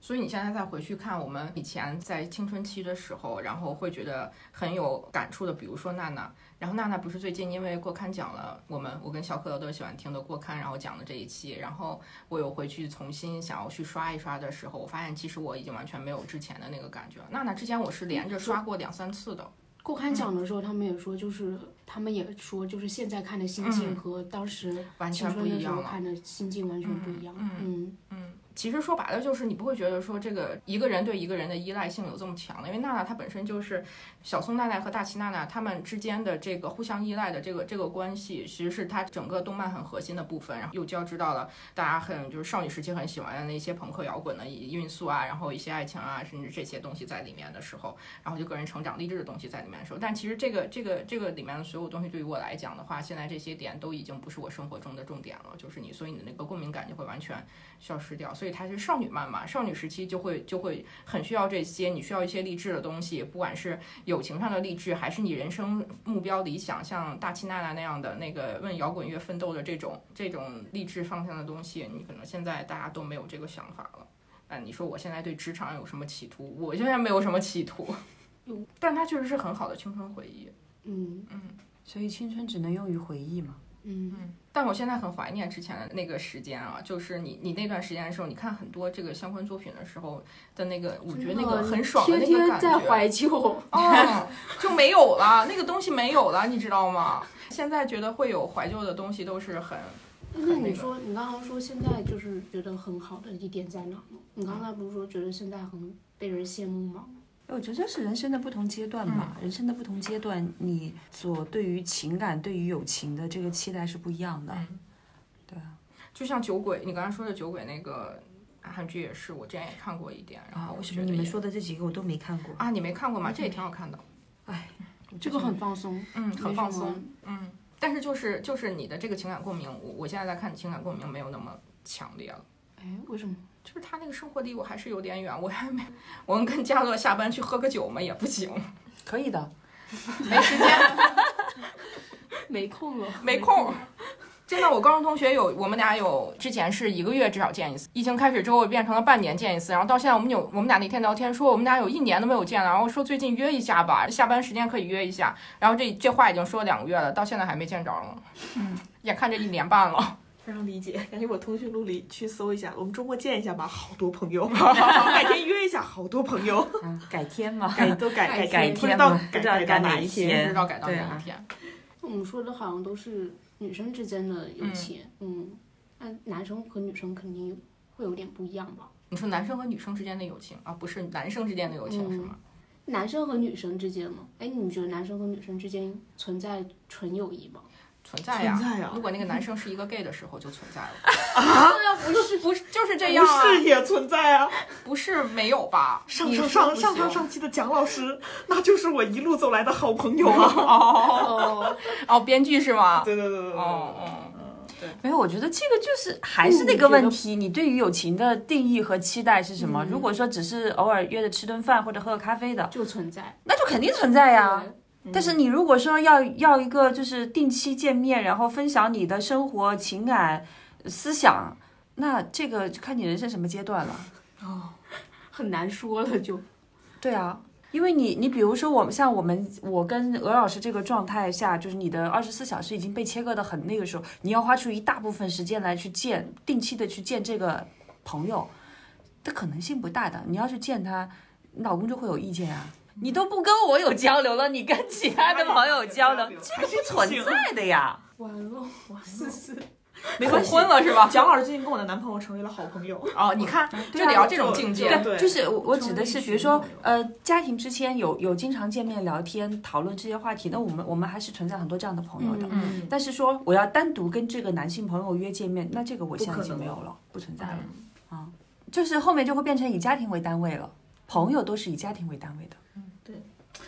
Speaker 3: 所以你现在再回去看我们以前在青春期的时候，然后会觉得很有感触的，比如说娜娜。然后娜娜不是最近因为过刊讲了我们，我跟小可都喜欢听的过刊，然后讲的这一期。然后我有回去重新想要去刷一刷的时候，我发现其实我已经完全没有之前的那个感觉了。娜娜之前我是连着刷过两三次的，
Speaker 1: 顾刊讲的时候，他们也说，就是他们也说，就是现在看的心境
Speaker 3: 嗯
Speaker 1: 和当时
Speaker 3: 完
Speaker 1: 青
Speaker 3: 全不
Speaker 1: 春的
Speaker 3: 一
Speaker 1: 时
Speaker 3: 样
Speaker 1: 候
Speaker 3: 了。
Speaker 1: 看的心境完全不一样。
Speaker 3: 嗯
Speaker 1: 嗯，
Speaker 3: 其实说白了就是你不会觉得说这个一个人对一个人的依赖性有这么强了，因为娜娜她本身就是小松奈奈和大崎娜娜她们之间的这个互相依赖的这个这个关系，其实是她整个动漫很核心的部分。然后又交织到了大家很就是少女时期很喜欢的那些朋克摇滚的运素啊，然后一些爱情啊，甚至这些东西在里面的时候，然后就个人成长励志的东西在里面的时候，但其实这个这个这个里面的所有东西对于我来讲的话，现在这些点都已经不是我生活中的重点了，就是你，所以你的那个共鸣感就会完全消失掉。所以它是少女漫嘛，少女时期就会就会很需要这些，你需要一些励志的东西，不管是友情上的励志，还是你人生目标理想，像大气娜娜那样的那个为摇滚乐奋斗的这种这种励志方向的东西，你可能现在大家都没有这个想法了。那你说我现在对职场有什么企图？我现在没有什么企图，但它确实是很好的青春回忆。
Speaker 1: 嗯
Speaker 2: 所以青春只能用于回忆嘛。
Speaker 1: 嗯
Speaker 3: 但我现在很怀念之前的那个时间啊，就是你你那段时间的时候，你看很多这个相关作品的时候的那个，我觉得那个很爽的
Speaker 1: 天
Speaker 3: 那个
Speaker 1: 天
Speaker 3: 感觉，
Speaker 1: 在怀旧，
Speaker 3: 哦，就没有了，那个东西没有了，你知道吗？现在觉得会有怀旧的东西都是很，
Speaker 1: 那
Speaker 3: 那
Speaker 1: 你
Speaker 3: 个
Speaker 1: 说，你刚刚说现在就是觉得很好的一点在哪呢？你刚才不是说觉得现在很被人羡慕吗？
Speaker 2: 我觉得这是人生的不同阶段吧，人生的不同阶段，你所对于情感、对于友情的这个期待是不一样的。
Speaker 3: 嗯
Speaker 2: 对啊，
Speaker 3: 就像酒鬼，你刚才说的酒鬼那个韩剧也是，我之前也看过一点，然
Speaker 2: 啊，
Speaker 3: 后我
Speaker 2: 为什
Speaker 3: 觉
Speaker 2: 么
Speaker 3: 得
Speaker 2: 你们
Speaker 3: 也
Speaker 2: 说的这几个我都没看过？
Speaker 3: 啊，你没看过吗？这也挺好看的，
Speaker 1: 这个很放松，
Speaker 3: 嗯，
Speaker 1: 没
Speaker 3: 很
Speaker 1: 什
Speaker 3: 放
Speaker 1: 么
Speaker 3: 松，嗯。但是就是就是你的这个情感共鸣，我我现在在看情感共鸣没有那么强烈了。
Speaker 1: 哎，为什么？
Speaker 3: 就是他那个生活离我还是有点远，我还没，我能跟嘉乐下班去喝个酒吗？也不行，
Speaker 2: 可以的，
Speaker 3: 没时间，
Speaker 1: 没空了，
Speaker 3: 没空。真的，我高中同学有，我们俩有，之前是一个月至少见一次，疫情开始之后变成了半年见一次，然后到现在我们有，我们俩那天聊天说我们俩有一年都没有见了，然后说最近约一下吧，下班时间可以约一下，然后这这话已经说了两个月了，到现在还没见着呢，嗯，眼看着一年半
Speaker 2: 嗯
Speaker 3: 了，
Speaker 4: 非常理解，赶紧我通讯录里去搜一下，我们周末见一下吧，好多 朋友， 改天约一下，好多朋友，
Speaker 2: 啊，改天 嘛，
Speaker 4: 改都改
Speaker 2: 改
Speaker 4: 不知
Speaker 2: 天
Speaker 4: 道
Speaker 2: 嘛
Speaker 4: 改
Speaker 2: 不知道
Speaker 4: 改
Speaker 2: 改
Speaker 4: 到
Speaker 2: 哪
Speaker 4: 哪
Speaker 2: 一
Speaker 4: 一
Speaker 3: 不
Speaker 2: 天
Speaker 4: 天。
Speaker 3: 知道改到哪
Speaker 2: 对啊
Speaker 3: 一天。
Speaker 1: 我们说的好像都是女生之间的友情，嗯，那、男生和女生肯定会有点不一样吧？
Speaker 3: 你说男生和女生之间的友情啊，不是男生之间的友
Speaker 2: 嗯
Speaker 3: 情、是吗？
Speaker 1: 男生和女生之间吗？哎，你觉得男生和女生之间存在纯友谊吗？
Speaker 3: 存在呀、
Speaker 4: 存在呀
Speaker 3: 如果那个男生是一个 gay 的时候，就存在了。
Speaker 1: 对啊，不是，
Speaker 3: 不是，就是这 样
Speaker 4: 不
Speaker 3: 啊？
Speaker 4: 是也存在啊！
Speaker 3: 不是没有吧？
Speaker 4: 上
Speaker 3: 你
Speaker 4: 上
Speaker 3: 是
Speaker 4: 上
Speaker 3: 不
Speaker 4: 上
Speaker 3: 行
Speaker 4: 上上期的蒋老师，那就是我一路走来的好朋友啊！
Speaker 1: 哦，
Speaker 3: 哦，编剧是吗？
Speaker 4: 对对对对对，
Speaker 3: 哦哦，
Speaker 2: 没有，我觉得这个就是还是那个问题，你对于友情的定义和期待是什么？如果说只是偶尔约着吃顿饭或者喝个咖啡的，
Speaker 1: 就存在。
Speaker 2: 那就肯定存在呀、
Speaker 1: 对
Speaker 2: 但是你如果说要要一个就是定期见面，然后分享你的生活、情感、思想，那这个就看你人生什么阶段了。
Speaker 1: 很难说了就，
Speaker 2: 对啊，因为你你比如说我们像我们我跟鹅老师这个状态下，就是你的二十四小时已经被切割的很那个时候，你要花出一大部分时间来去见定期的去见这个朋友，的可能性不大的。你要去见他，你老公就会有意见啊。你都不跟我有交流了，你跟其他的朋友交流，这个不存在的呀。
Speaker 1: 完了，
Speaker 4: 是是，
Speaker 3: 没关婚了 是吧？
Speaker 4: 蒋老师最近跟我的男朋友成为了好朋友，
Speaker 3: 哦，你看，就
Speaker 2: 啊
Speaker 3: 聊这种境界，
Speaker 4: 对
Speaker 2: 就是我我
Speaker 4: 就
Speaker 2: 指
Speaker 4: 是
Speaker 2: 的
Speaker 4: 一
Speaker 2: 是，比
Speaker 4: 群
Speaker 2: 如说
Speaker 4: 朋友，
Speaker 2: 呃，家庭之间有有经常见面聊天讨论这些话题，那我们我们还是存在很多这样的朋友的。
Speaker 3: 嗯
Speaker 2: 但是说我要单独跟这个男性朋友约见面，那这个我现在
Speaker 4: 不
Speaker 2: 已
Speaker 4: 可
Speaker 2: 经
Speaker 4: 能嗯
Speaker 2: 没有了，不存在了。
Speaker 3: 嗯
Speaker 2: 啊，就是后面就会变成以家庭为单位了，朋友都是以家庭为单位的。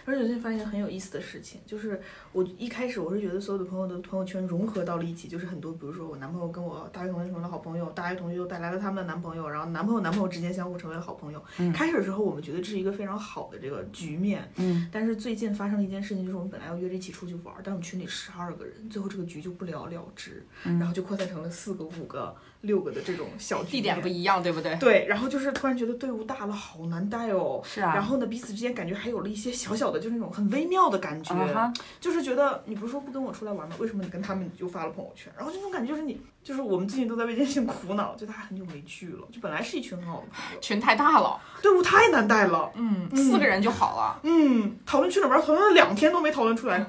Speaker 4: 而且我最近发现一个很有意思的事情，就是我一开始我是觉得所有的朋友的朋友圈融合到了一起，就是很多，比如说我男朋友跟我大学同学成为了好朋友，大学同学又带来了他们的男朋友，然后男朋友男朋友之间相互成为了好朋友。
Speaker 3: 嗯
Speaker 4: 开始的时候我们觉得这是一个非常好的这个局面，
Speaker 2: 嗯，
Speaker 4: 但是最近发生了一件事情，就是我们本来要约着一起出去玩，但我们群里十二个人，最后这个局就不了了之，然后就扩散成了四个、五个、六个的这种小局
Speaker 3: 嗯地点
Speaker 4: 面
Speaker 3: 不一样，对不对？
Speaker 4: 对，然后就是突然觉得队伍大了，好难带哦。
Speaker 2: 是啊
Speaker 4: 然后呢，彼此之间感觉还有了一些小小的，就是那种很微妙的感觉，
Speaker 2: 啊哈，
Speaker 4: 就是觉得你不是说不跟我出来玩吗？为什么你跟他们就发了朋友圈？然后这种感觉就是你，就是我们最近都在为这件事情苦恼，就大家很久没聚了，就本来是一群很好的朋友，
Speaker 3: 群太大了，
Speaker 4: 队伍太难带了。
Speaker 3: 嗯，四个人就好了。
Speaker 4: 嗯，讨论去哪玩，讨论了两天都没讨论出来。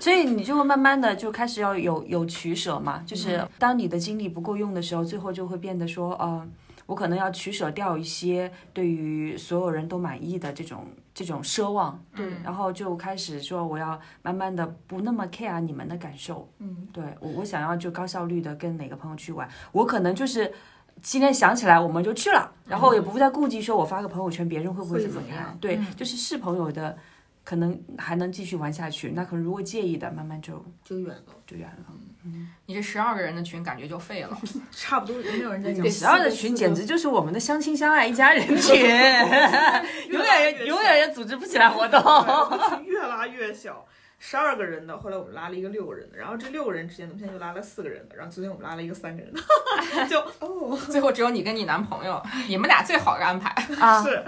Speaker 2: 所以你就会慢慢的就开始要有有取舍
Speaker 4: 嗯
Speaker 2: 嘛，就是当你的精力不够用的时候，最后就会变得说，呃，我可能要取舍掉一些对于所有人都满意的这种这种奢望，对，
Speaker 3: 嗯
Speaker 2: 然后就开始说我要慢慢的不那么 care 你们的感受，嗯，对我我想要就高效率的跟哪个朋友去玩，我可能就是。今天想起来我们就去了，然后也不再顾忌说我发个朋友圈别人会不会
Speaker 4: 会
Speaker 2: 怎么
Speaker 4: 怎么样
Speaker 2: 对，就是是朋友的，可能还能继续玩下去。那可能如果介意的，慢慢就
Speaker 4: 就远了，
Speaker 2: 就远了。
Speaker 3: 你这十二个人的群感觉就废了。
Speaker 4: 差不多也没有人在讲。
Speaker 2: 对，十二的群简直就是我们的相亲相爱一家人群，永远永远也哦组织不起来活动。
Speaker 4: 对，我们群越拉越小，十二个人的，后来我们拉了一个六个人的，然后这六个人之间，我们现在又拉了四个人的，然后昨天我们拉了一个三个人的， 就哦，
Speaker 3: 最后只有你跟你男朋友，你们俩最好的安排。
Speaker 2: 啊
Speaker 4: 是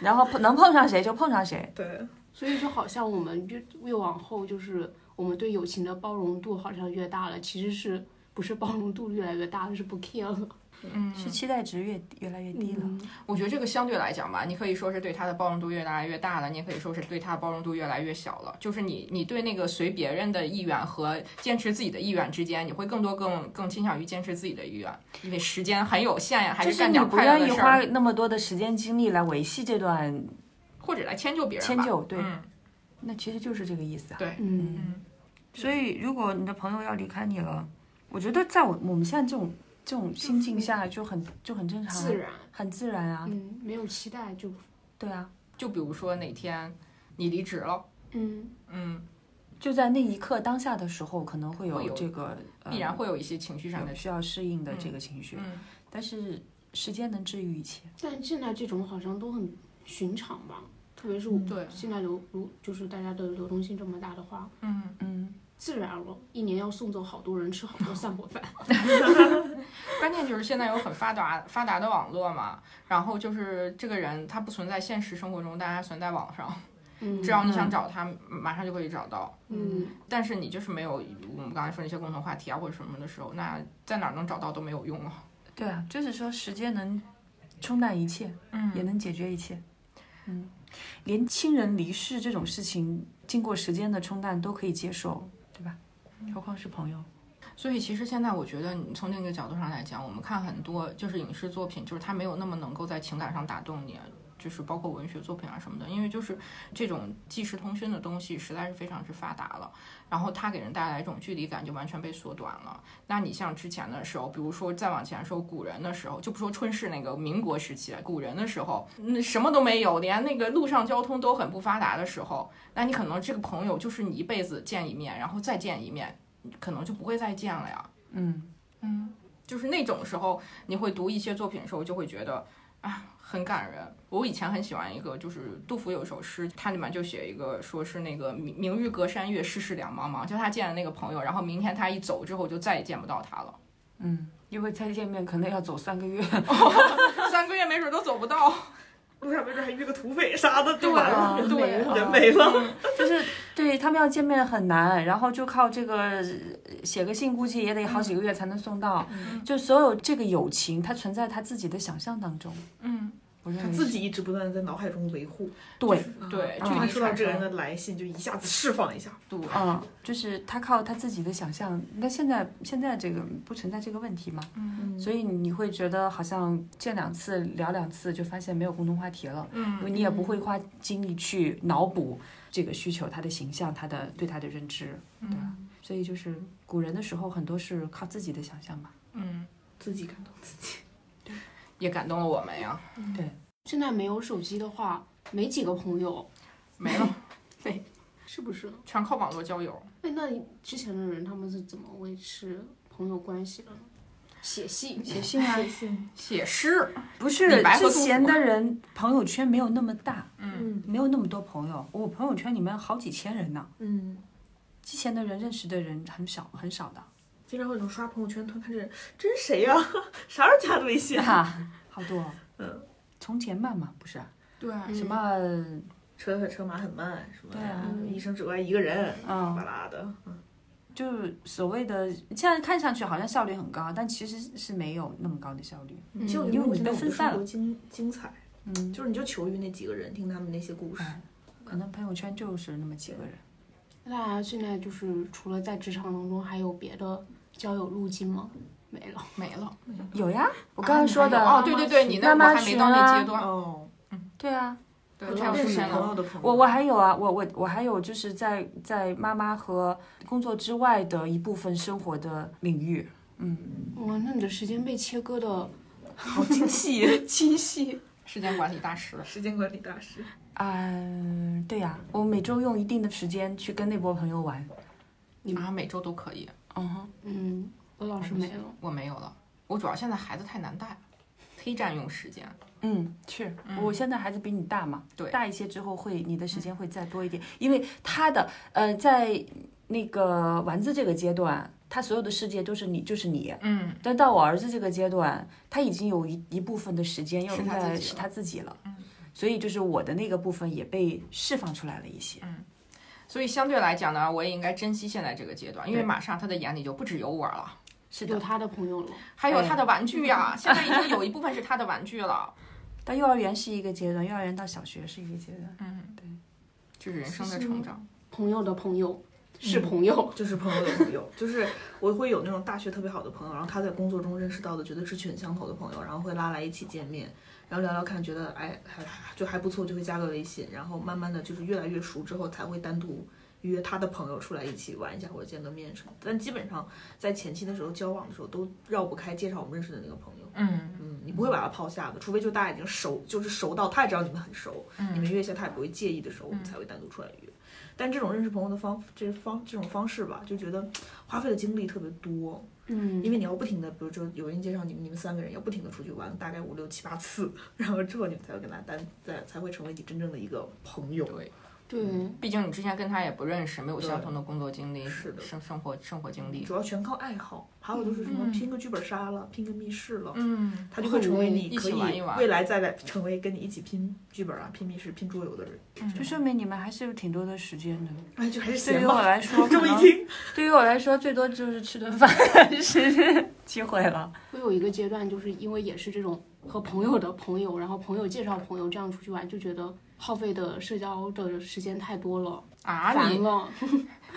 Speaker 2: 然后碰能碰上谁就碰上谁。
Speaker 4: 对，
Speaker 1: 所以就好像我们越越往后，就是我们对友情的包容度好像越大了，其实是不是包容度越来越大，是不 care 了。
Speaker 2: 是期待值越越来越低了。
Speaker 3: 我觉得这个相对来讲吧，你可以说是对他的包容度越来越大了，你也可以说是对他的包容度越来越小了。就是你，你对那个随别人的意愿和坚持自己的意愿之间，你会更多更更倾向于坚持自己的意愿，因为时间很有限呀，还
Speaker 2: 就是
Speaker 3: 干
Speaker 2: 你
Speaker 3: 点
Speaker 2: 不
Speaker 3: 快乐
Speaker 2: 愿
Speaker 3: 的
Speaker 2: 意
Speaker 3: 事
Speaker 2: 花
Speaker 3: 儿，
Speaker 2: 那么多的时间精力来维系这段
Speaker 3: 或者来迁就别人吧。
Speaker 2: 迁就，对，
Speaker 3: 嗯，
Speaker 2: 那其实就是这个意思啊。
Speaker 3: 对
Speaker 1: 嗯，
Speaker 2: 所以，如果你的朋友要离开你了，我觉得在我我们现在这种这种心境下就很就很正常啊，
Speaker 1: 自然，
Speaker 2: 很自然啊。
Speaker 1: 嗯，没有期待就，
Speaker 2: 对啊，
Speaker 3: 就比如说哪天你离职了，
Speaker 1: 嗯，
Speaker 3: 嗯，
Speaker 2: 就在那一刻当下的时候，可能会
Speaker 3: 会
Speaker 2: 有
Speaker 3: 有
Speaker 2: 这个呃
Speaker 3: 必然会有一些情绪上的
Speaker 2: 有需要适应的这个情绪，
Speaker 3: 嗯
Speaker 2: 但是时间能治愈一切。
Speaker 1: 但现在这种好像都很寻常吧，特别是我
Speaker 3: 对
Speaker 1: 现在流如就是大家的流动性这么大的话，
Speaker 3: 嗯。
Speaker 2: 嗯，
Speaker 1: 自然了，一年要送走好多人，吃好多散伙饭。
Speaker 3: 关键就是现在有很发达发达的网络嘛，然后就是这个人他不存在现实生活中，但他存在网上，
Speaker 1: 嗯，
Speaker 3: 只要你想找他，马上就可以找到。
Speaker 1: 嗯，
Speaker 3: 但是你就是没有我们刚才说那些共同话题啊或者什么的时候，那在哪儿能找到都没有用啊。
Speaker 2: 对啊，就是说时间能冲淡一切，也能解决一切。嗯，连亲人离世这种事情，经过时间的冲淡都可以接受，对吧？何况是朋友。
Speaker 3: 所以其实现在我觉得，你从另一个角度上来讲，我们看很多就是影视作品，就是它没有那么能够在情感上打动你，就是包括文学作品啊什么的，因为就是这种即时通讯的东西实在是非常之发达了，然后它给人带来一种距离感就完全被缩短了。那你像之前的时候，比如说再往前说古人的时候，就不说春世那个民国时期，古人的时候，嗯，什么都没有，连那个路上交通都很不发达的时候，那你可能这个朋友就是你一辈子见一面，然后再见一面，可能就不会再见了呀。
Speaker 2: 嗯，
Speaker 3: 嗯，就是那种时候，你会读一些作品的时候，就会觉得啊，很感人。我以前很喜欢一个，就是杜甫有一首诗，它里面就写一个，说是那个明明日隔山岳，世事两茫茫。就他见了那个朋友，然后明天他一走之后，就再也见不到 他了，
Speaker 2: 因为再见面可能要走三个月。
Speaker 3: 三个月没准都走不到。
Speaker 4: 路上没准还遇个土匪啥的，就
Speaker 3: 对
Speaker 4: 完了，
Speaker 2: 啊
Speaker 3: 对
Speaker 4: 人没了。
Speaker 2: 就是对他们要见面很难，然后就靠这个呃写个信，估计也得好几个月才能送到。就所有这个友情，它存在他自己的想象当中。
Speaker 3: 嗯，
Speaker 2: 我认
Speaker 4: 他
Speaker 2: 为
Speaker 4: 自
Speaker 2: 是
Speaker 4: 己一直不断的在脑海中维护，
Speaker 2: 对，啊
Speaker 3: 对，距
Speaker 4: 就他
Speaker 3: 离
Speaker 4: 收到
Speaker 3: 产
Speaker 4: 这个人
Speaker 3: 生
Speaker 4: 的来信，就一下子释放一下。
Speaker 3: 对，
Speaker 2: 嗯，就是他靠他自己的想象。那现在现在这个不存在这个问题嘛？
Speaker 4: 嗯
Speaker 2: 所以你会觉得好像见两次聊两次就发现没有共同话题了，因
Speaker 3: 嗯，
Speaker 2: 为你也不会花精力去脑补这个需求，他的形象，他的对他的认知，对吧？所以就是古人的时候，很多是靠自己的想象吧。
Speaker 3: 嗯，
Speaker 4: 自己感动自己。
Speaker 3: 也感动了我们呀。
Speaker 1: 现在没有手机的话，没几个朋友，
Speaker 3: 没了，
Speaker 1: 是不是？
Speaker 3: 全靠网络交友。
Speaker 1: 哎，那之前的人他们是怎么维持朋友关系的呢？嗯写信，
Speaker 2: 写信啊，
Speaker 3: 写诗，
Speaker 2: 不是
Speaker 3: 李白和
Speaker 2: 之
Speaker 3: 杜甫
Speaker 2: 前的人啊朋友圈没有那么大，
Speaker 4: 嗯
Speaker 2: 没有那么多朋友，我朋友圈里面好几千人呢、
Speaker 4: 嗯，
Speaker 2: 之前的人认识的人很少很少的，
Speaker 4: 经常会有种刷朋友圈，突然看这这是谁呀、啊 啥时候加的微信？
Speaker 2: 啊，好多、哦。
Speaker 4: 嗯，
Speaker 2: 从前慢嘛，不是啊、
Speaker 3: 对，
Speaker 1: 嗯
Speaker 2: 什么，
Speaker 4: 车很车马很慢，什么
Speaker 2: 对啊
Speaker 4: 一生只爱一个人，巴
Speaker 2: 嗯，
Speaker 4: 拉的。
Speaker 2: 就是所谓的，现在看上去好像效率很高，但其实是没有那么高的效率。
Speaker 4: 其实我觉
Speaker 2: 因
Speaker 4: 得
Speaker 2: 为
Speaker 4: 我
Speaker 2: 你
Speaker 4: 现在
Speaker 2: 被
Speaker 4: 我的
Speaker 2: 分
Speaker 4: 生
Speaker 2: 散
Speaker 4: 活
Speaker 2: 了
Speaker 4: 精精彩，
Speaker 2: 嗯，
Speaker 4: 就是你就求于那几个人，听他们那些故事。
Speaker 2: 哎可能朋友圈就是那么几个人。
Speaker 1: 那大家现在就是除了在职场当中，还有别的交友路径吗？没了，
Speaker 3: 没了。
Speaker 2: 有呀，嗯我刚刚说的，
Speaker 3: 哦，对对对，你那
Speaker 2: 啊妈
Speaker 3: 我
Speaker 2: 妈
Speaker 3: 还没
Speaker 2: 群
Speaker 3: 到那
Speaker 2: 啊嗯
Speaker 3: 阶段。
Speaker 4: 哦，
Speaker 2: 对啊，
Speaker 3: 对，这样
Speaker 4: 认
Speaker 3: 出
Speaker 4: 识
Speaker 3: 现
Speaker 4: 朋
Speaker 3: 了。
Speaker 4: 友的朋友，
Speaker 2: 我我还有啊，我我我还有就是在在妈妈和工作之外的一部分生活的领域，
Speaker 1: 哇，那你的时间被切割的
Speaker 2: 好精 细啊清
Speaker 1: 嗯
Speaker 2: 晰。
Speaker 3: 时间管理大师，
Speaker 4: 时间管理大师。
Speaker 2: 嗯、啊对呀、我每周用一定的时间去跟那波朋友玩。
Speaker 3: 你妈啊每周都可以，
Speaker 2: 嗯哼，
Speaker 1: 嗯，我老是没了。
Speaker 3: 我没有了。我主要现在孩子太难带了，忒占用时间。
Speaker 2: 嗯，是、我现在孩子比你大嘛，
Speaker 3: 对嗯
Speaker 2: 大一些之后会你的时间会再多一点，因为他的呃在那个丸子这个阶段，他所有的世界都是你，就是你。
Speaker 3: 嗯，
Speaker 2: 但到我儿子这个阶段，他已经有一一部分的时间要
Speaker 3: 是
Speaker 2: 用
Speaker 3: 他
Speaker 2: 在
Speaker 3: 自己
Speaker 2: 是
Speaker 3: 了嗯
Speaker 2: 他自己了，所以就是我的那个部分也被释放出来了一些。
Speaker 3: 嗯所以相对来讲呢，我也应该珍惜现在这个阶段，因为
Speaker 2: 对
Speaker 3: 马上他的眼里就不只有我了，
Speaker 2: 是
Speaker 1: 有
Speaker 2: 的，
Speaker 1: 他的朋友了，
Speaker 3: 还有他的玩具呀、现在已经有一部分是他的玩具了。
Speaker 2: 到幼儿园是一个阶段，幼儿园到小学是一个阶段。
Speaker 3: 嗯，对，就是人生的成长。
Speaker 1: 朋友的朋友
Speaker 2: 嗯
Speaker 1: 是朋友，
Speaker 4: 就是朋友的朋友，就是我会有那种大学特别好的朋友，然后他在工作中认识到的，觉得志趣很相投的朋友，然后会拉来一起见面，然后聊聊看，觉得哎还就还不错，就会加个微信，然后慢慢的就是越来越熟之后，才会单独约他的朋友出来一起玩一下或者见个面什么的。但基本上在前期的时候交往的时候，都绕不开介绍我们认识的那个朋友。
Speaker 3: 嗯，
Speaker 4: 嗯，你不会把他抛下的，除非就大家已经熟，就是熟到他也知道你们很熟，你们约一下他也不会介意的时候，我们才会单独出来约。但这种认识朋友的方，这方这种方式吧，就觉得花费的精力特别多，
Speaker 1: 嗯，
Speaker 4: 因为你要不停的，比如说有人介绍你们，你们三个人要不停的出去玩，大概五六七八次，然后之后你们才会跟他单再才会成为你真正的一个朋友。
Speaker 3: 对，
Speaker 1: 对，
Speaker 3: 毕竟你之前跟他也不认识，没有
Speaker 4: 对
Speaker 3: 相同的工作经历，
Speaker 4: 是的
Speaker 3: 生生活生活经历。
Speaker 4: 主要全靠爱好，还有就是什么
Speaker 3: 嗯
Speaker 4: 拼个剧本杀了，拼个密室了，
Speaker 3: 嗯，
Speaker 4: 他就会成为你
Speaker 3: 一
Speaker 4: 可
Speaker 3: 起
Speaker 4: 以
Speaker 3: 玩一玩
Speaker 4: 未来再来成为跟你一起拼剧本啊、拼密室、拼桌游的人。
Speaker 3: 嗯
Speaker 2: 就说明你们还是有挺多的时间的。
Speaker 4: 哎，就还是
Speaker 2: 对于
Speaker 4: 闲
Speaker 2: 我
Speaker 4: 吧。
Speaker 2: 来说， 可
Speaker 4: 这么一
Speaker 2: 能
Speaker 4: 听，
Speaker 2: 对于我来说，最多就是吃顿饭 是机会了。
Speaker 1: 我有一个阶段，就是因为也是这种和朋友的朋友，然后朋友介绍朋友这样出去玩，就觉得耗费的社交的时间太多了，
Speaker 3: 啊，
Speaker 1: 烦
Speaker 3: 你
Speaker 1: 了。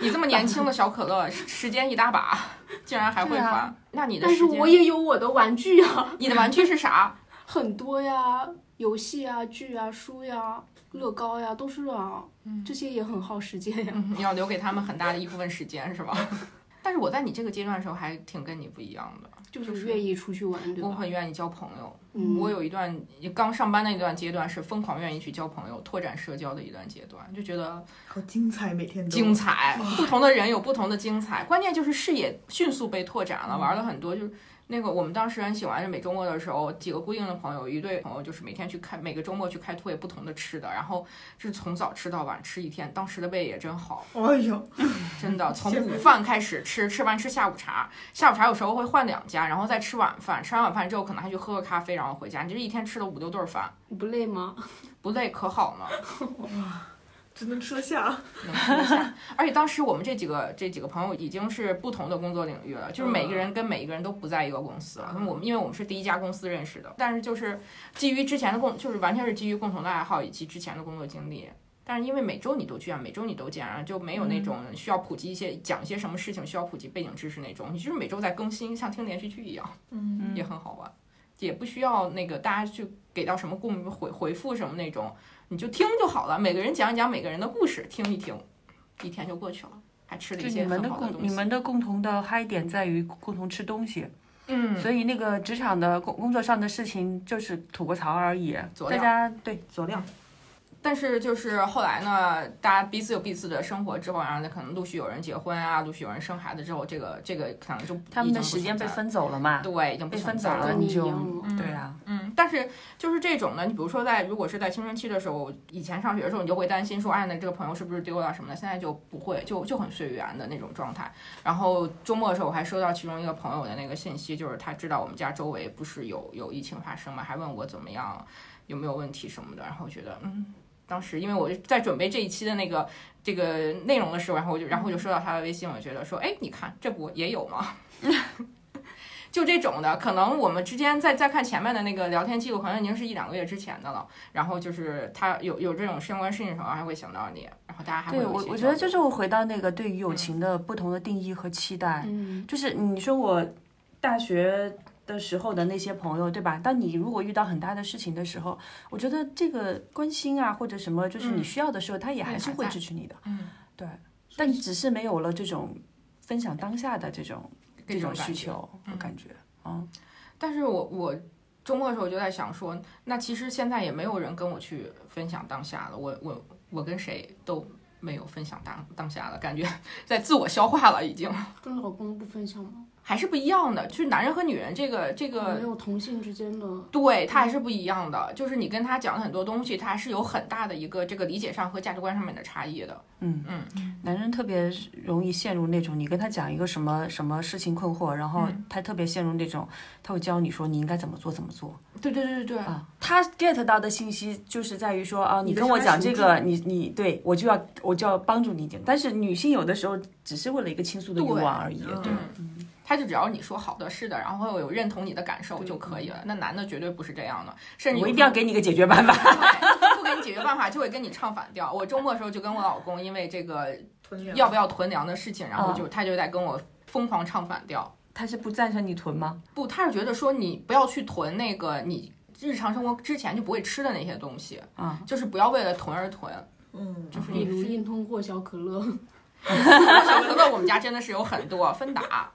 Speaker 3: 你这么年轻的小可乐，时时间一大把，竟然还会
Speaker 2: 对啊
Speaker 3: 玩？那你的
Speaker 1: 但
Speaker 3: 时
Speaker 1: 是
Speaker 3: 间
Speaker 1: 我也有我的玩具啊，
Speaker 3: 你的玩具是啥？
Speaker 1: 很多呀，游戏啊、剧啊、书呀、乐高呀，都是啊，这些也很耗时间呀。
Speaker 3: 嗯， 要留给他们很大的一部分时间，是吧？ 但是我在你这个阶段的时候，还挺跟你不一样的。
Speaker 1: 就
Speaker 3: 就是
Speaker 1: 是愿意出去玩，对
Speaker 3: 我
Speaker 1: 吧？
Speaker 3: 很愿意交朋友，
Speaker 1: 嗯
Speaker 3: 我有一段刚上班那段阶段是疯狂愿意去交朋友、拓展社交的一段阶段，就觉得
Speaker 4: 好精彩，每天都
Speaker 3: 精彩， 不同的人有不同的精彩，关键就是视野迅速被拓展了，玩了很多就是。那个我们当时很喜欢，是每周末的时候，几个固定的朋友，一对朋友就是每天去开，每个周末去开拓不同的吃的，然后就是从早吃到晚吃一天。当时的胃也真好，
Speaker 4: 哎呦，
Speaker 3: 真的，从午饭开始吃，吃完吃下午茶，下午茶有时候会换两家，然后再吃晚饭，吃完晚饭之后可能还去喝个咖啡，然后回家。你这一天吃了五六顿饭，
Speaker 1: 你不累吗？
Speaker 3: 不累可好呢。
Speaker 4: 只能吃得下。
Speaker 3: 能吃一下。而且当时我们这几个这几个朋友已经是不同的工作领域了，就是每个人跟每一个人都不在一个公司了。我们因为我们是第一家公司认识的，但是就是基于之前的共，就是完全是基于共同的爱好以及之前的工作经历。但是因为每周你都见，每周你都见，然啊后就没有那种需要普及一些、讲一些什么事情需要普及背景知识那种，你就是每周在更新，像听连续剧一样，
Speaker 4: 嗯，
Speaker 3: 也很好玩，也不需要那个大家去给到什么共鸣回回复什么那种，你就听就好了，每个人讲一讲每个人的故事，听一听，一天就过去了，还吃了
Speaker 2: 就
Speaker 3: 一
Speaker 2: 你
Speaker 3: 些
Speaker 2: 们
Speaker 3: 很
Speaker 2: 的
Speaker 3: 好的
Speaker 2: 共
Speaker 3: 东
Speaker 2: 你
Speaker 3: 西。
Speaker 2: 们的共同的嗨点在于共同吃东西，
Speaker 3: 嗯，
Speaker 2: 所以那个职场的工工作上的事情就是吐个槽而已，
Speaker 3: 佐
Speaker 2: 大
Speaker 3: 料
Speaker 2: 家对佐料。
Speaker 3: 但是就是后来呢，大家彼此有彼此的生活之后，然后呢，可能陆续有人结婚啊，陆续有人生孩子之后，这个这个可能就
Speaker 2: 他们的
Speaker 3: 已经不
Speaker 2: 时间被
Speaker 3: 存在了，
Speaker 2: 分走了嘛？
Speaker 3: 对，已经不
Speaker 2: 被分
Speaker 3: 存
Speaker 2: 走
Speaker 3: 在
Speaker 2: 了，
Speaker 1: 跟
Speaker 2: 你
Speaker 1: 你
Speaker 2: 就
Speaker 1: 一样了
Speaker 2: 对啊，
Speaker 3: 嗯，但是就是这种呢，你比如说在如果是在青春期的时候，以前上学的时候，你就会担心说，哎，那这个朋友是不是丢了什么的，现在就不会，就就很随缘的那种状态。然后周末的时候，我还收到其中一个朋友的那个信息，就是他知道我们家周围不是有有疫情发生嘛，还问我怎么样，有没有问题什么的。然后我觉得，嗯。当时因为我在准备这一期的那个这个内容的时候，然后我就然后我就收到他的微信，我觉得说，哎，你看这不也有吗？ 就这种的，可能我们之间在在看前面的那个聊天记录，可能已经是一两个月之前的了。然后就是他有有这种相关事情的时候，还会想到你，然后大家还会
Speaker 2: 对
Speaker 3: 有一
Speaker 2: 我
Speaker 3: 些
Speaker 2: 我觉
Speaker 3: 交
Speaker 2: 得
Speaker 3: 流
Speaker 2: 这就回到那个对于
Speaker 3: 嗯
Speaker 2: 友情的不同的定义和期待。
Speaker 1: 嗯，
Speaker 2: 就是你说我大学的时候的那些朋友，对吧？当你如果遇到很大的事情的时候，我觉得这个关心啊，或者什么，就是你需要的时候，他也还是会支持你的。
Speaker 3: 嗯，
Speaker 2: 对，但只是没有了这种分享当下的这种
Speaker 3: 这
Speaker 2: 种
Speaker 3: 种感
Speaker 2: 需
Speaker 3: 觉
Speaker 2: 求和感觉。嗯，
Speaker 3: 但是我我周末的时候就在想说，那其实现在也没有人跟我去分享当下了，我我我跟谁都没有分享当当下了，感觉 在自我消化了，已经
Speaker 1: 跟老公不分享吗？
Speaker 3: 还是不一样的。就是男人和女人这个这个
Speaker 1: 没有同性之间的
Speaker 3: 对他还是不一样的，就是你跟他讲的很多东西，他是有很大的一个这个理解上和价值观上面的差异的。
Speaker 2: 男人特别容易陷入那种，你跟他讲一个什么什么事情困惑，然后
Speaker 3: 嗯
Speaker 2: 他特别陷入那种，他会教你说你应该怎么做怎么做。
Speaker 3: 对对对对对，
Speaker 2: 啊，他 get 到的信息就是在于说啊，你
Speaker 6: 你的
Speaker 2: 跟我
Speaker 6: 伤害
Speaker 2: 讲
Speaker 6: 是
Speaker 2: 这
Speaker 6: 无
Speaker 2: 个，你你对我就要我就要帮助你一点。但是女性有的时候只是为了一个倾诉的欲
Speaker 3: 对
Speaker 2: 望而已，
Speaker 6: 嗯
Speaker 2: 对，
Speaker 3: 他就只要你说好的、是的，然后有认同你的感受就可以了。那男的绝对不是这样的，甚至有
Speaker 2: 我一定
Speaker 3: 时候
Speaker 2: 要给你个解决办法。
Speaker 3: 对 不给你解决办法，就会跟你唱反调。我周末的时候就跟我老公因为这个
Speaker 4: 囤粮
Speaker 3: 要不要囤粮的事情，然后就他就在跟我疯狂唱反调。
Speaker 2: 他是不赞成你囤吗？
Speaker 3: 不，他是觉得说你不要去囤那个你日常生活之前就不会吃的那些东西，
Speaker 2: 啊，
Speaker 3: 就是不要为了囤而囤。
Speaker 4: 嗯，
Speaker 3: 就是
Speaker 1: 比
Speaker 3: 你
Speaker 1: 如硬通货、小可乐，
Speaker 3: 小可乐我们家真的是有很多芬达。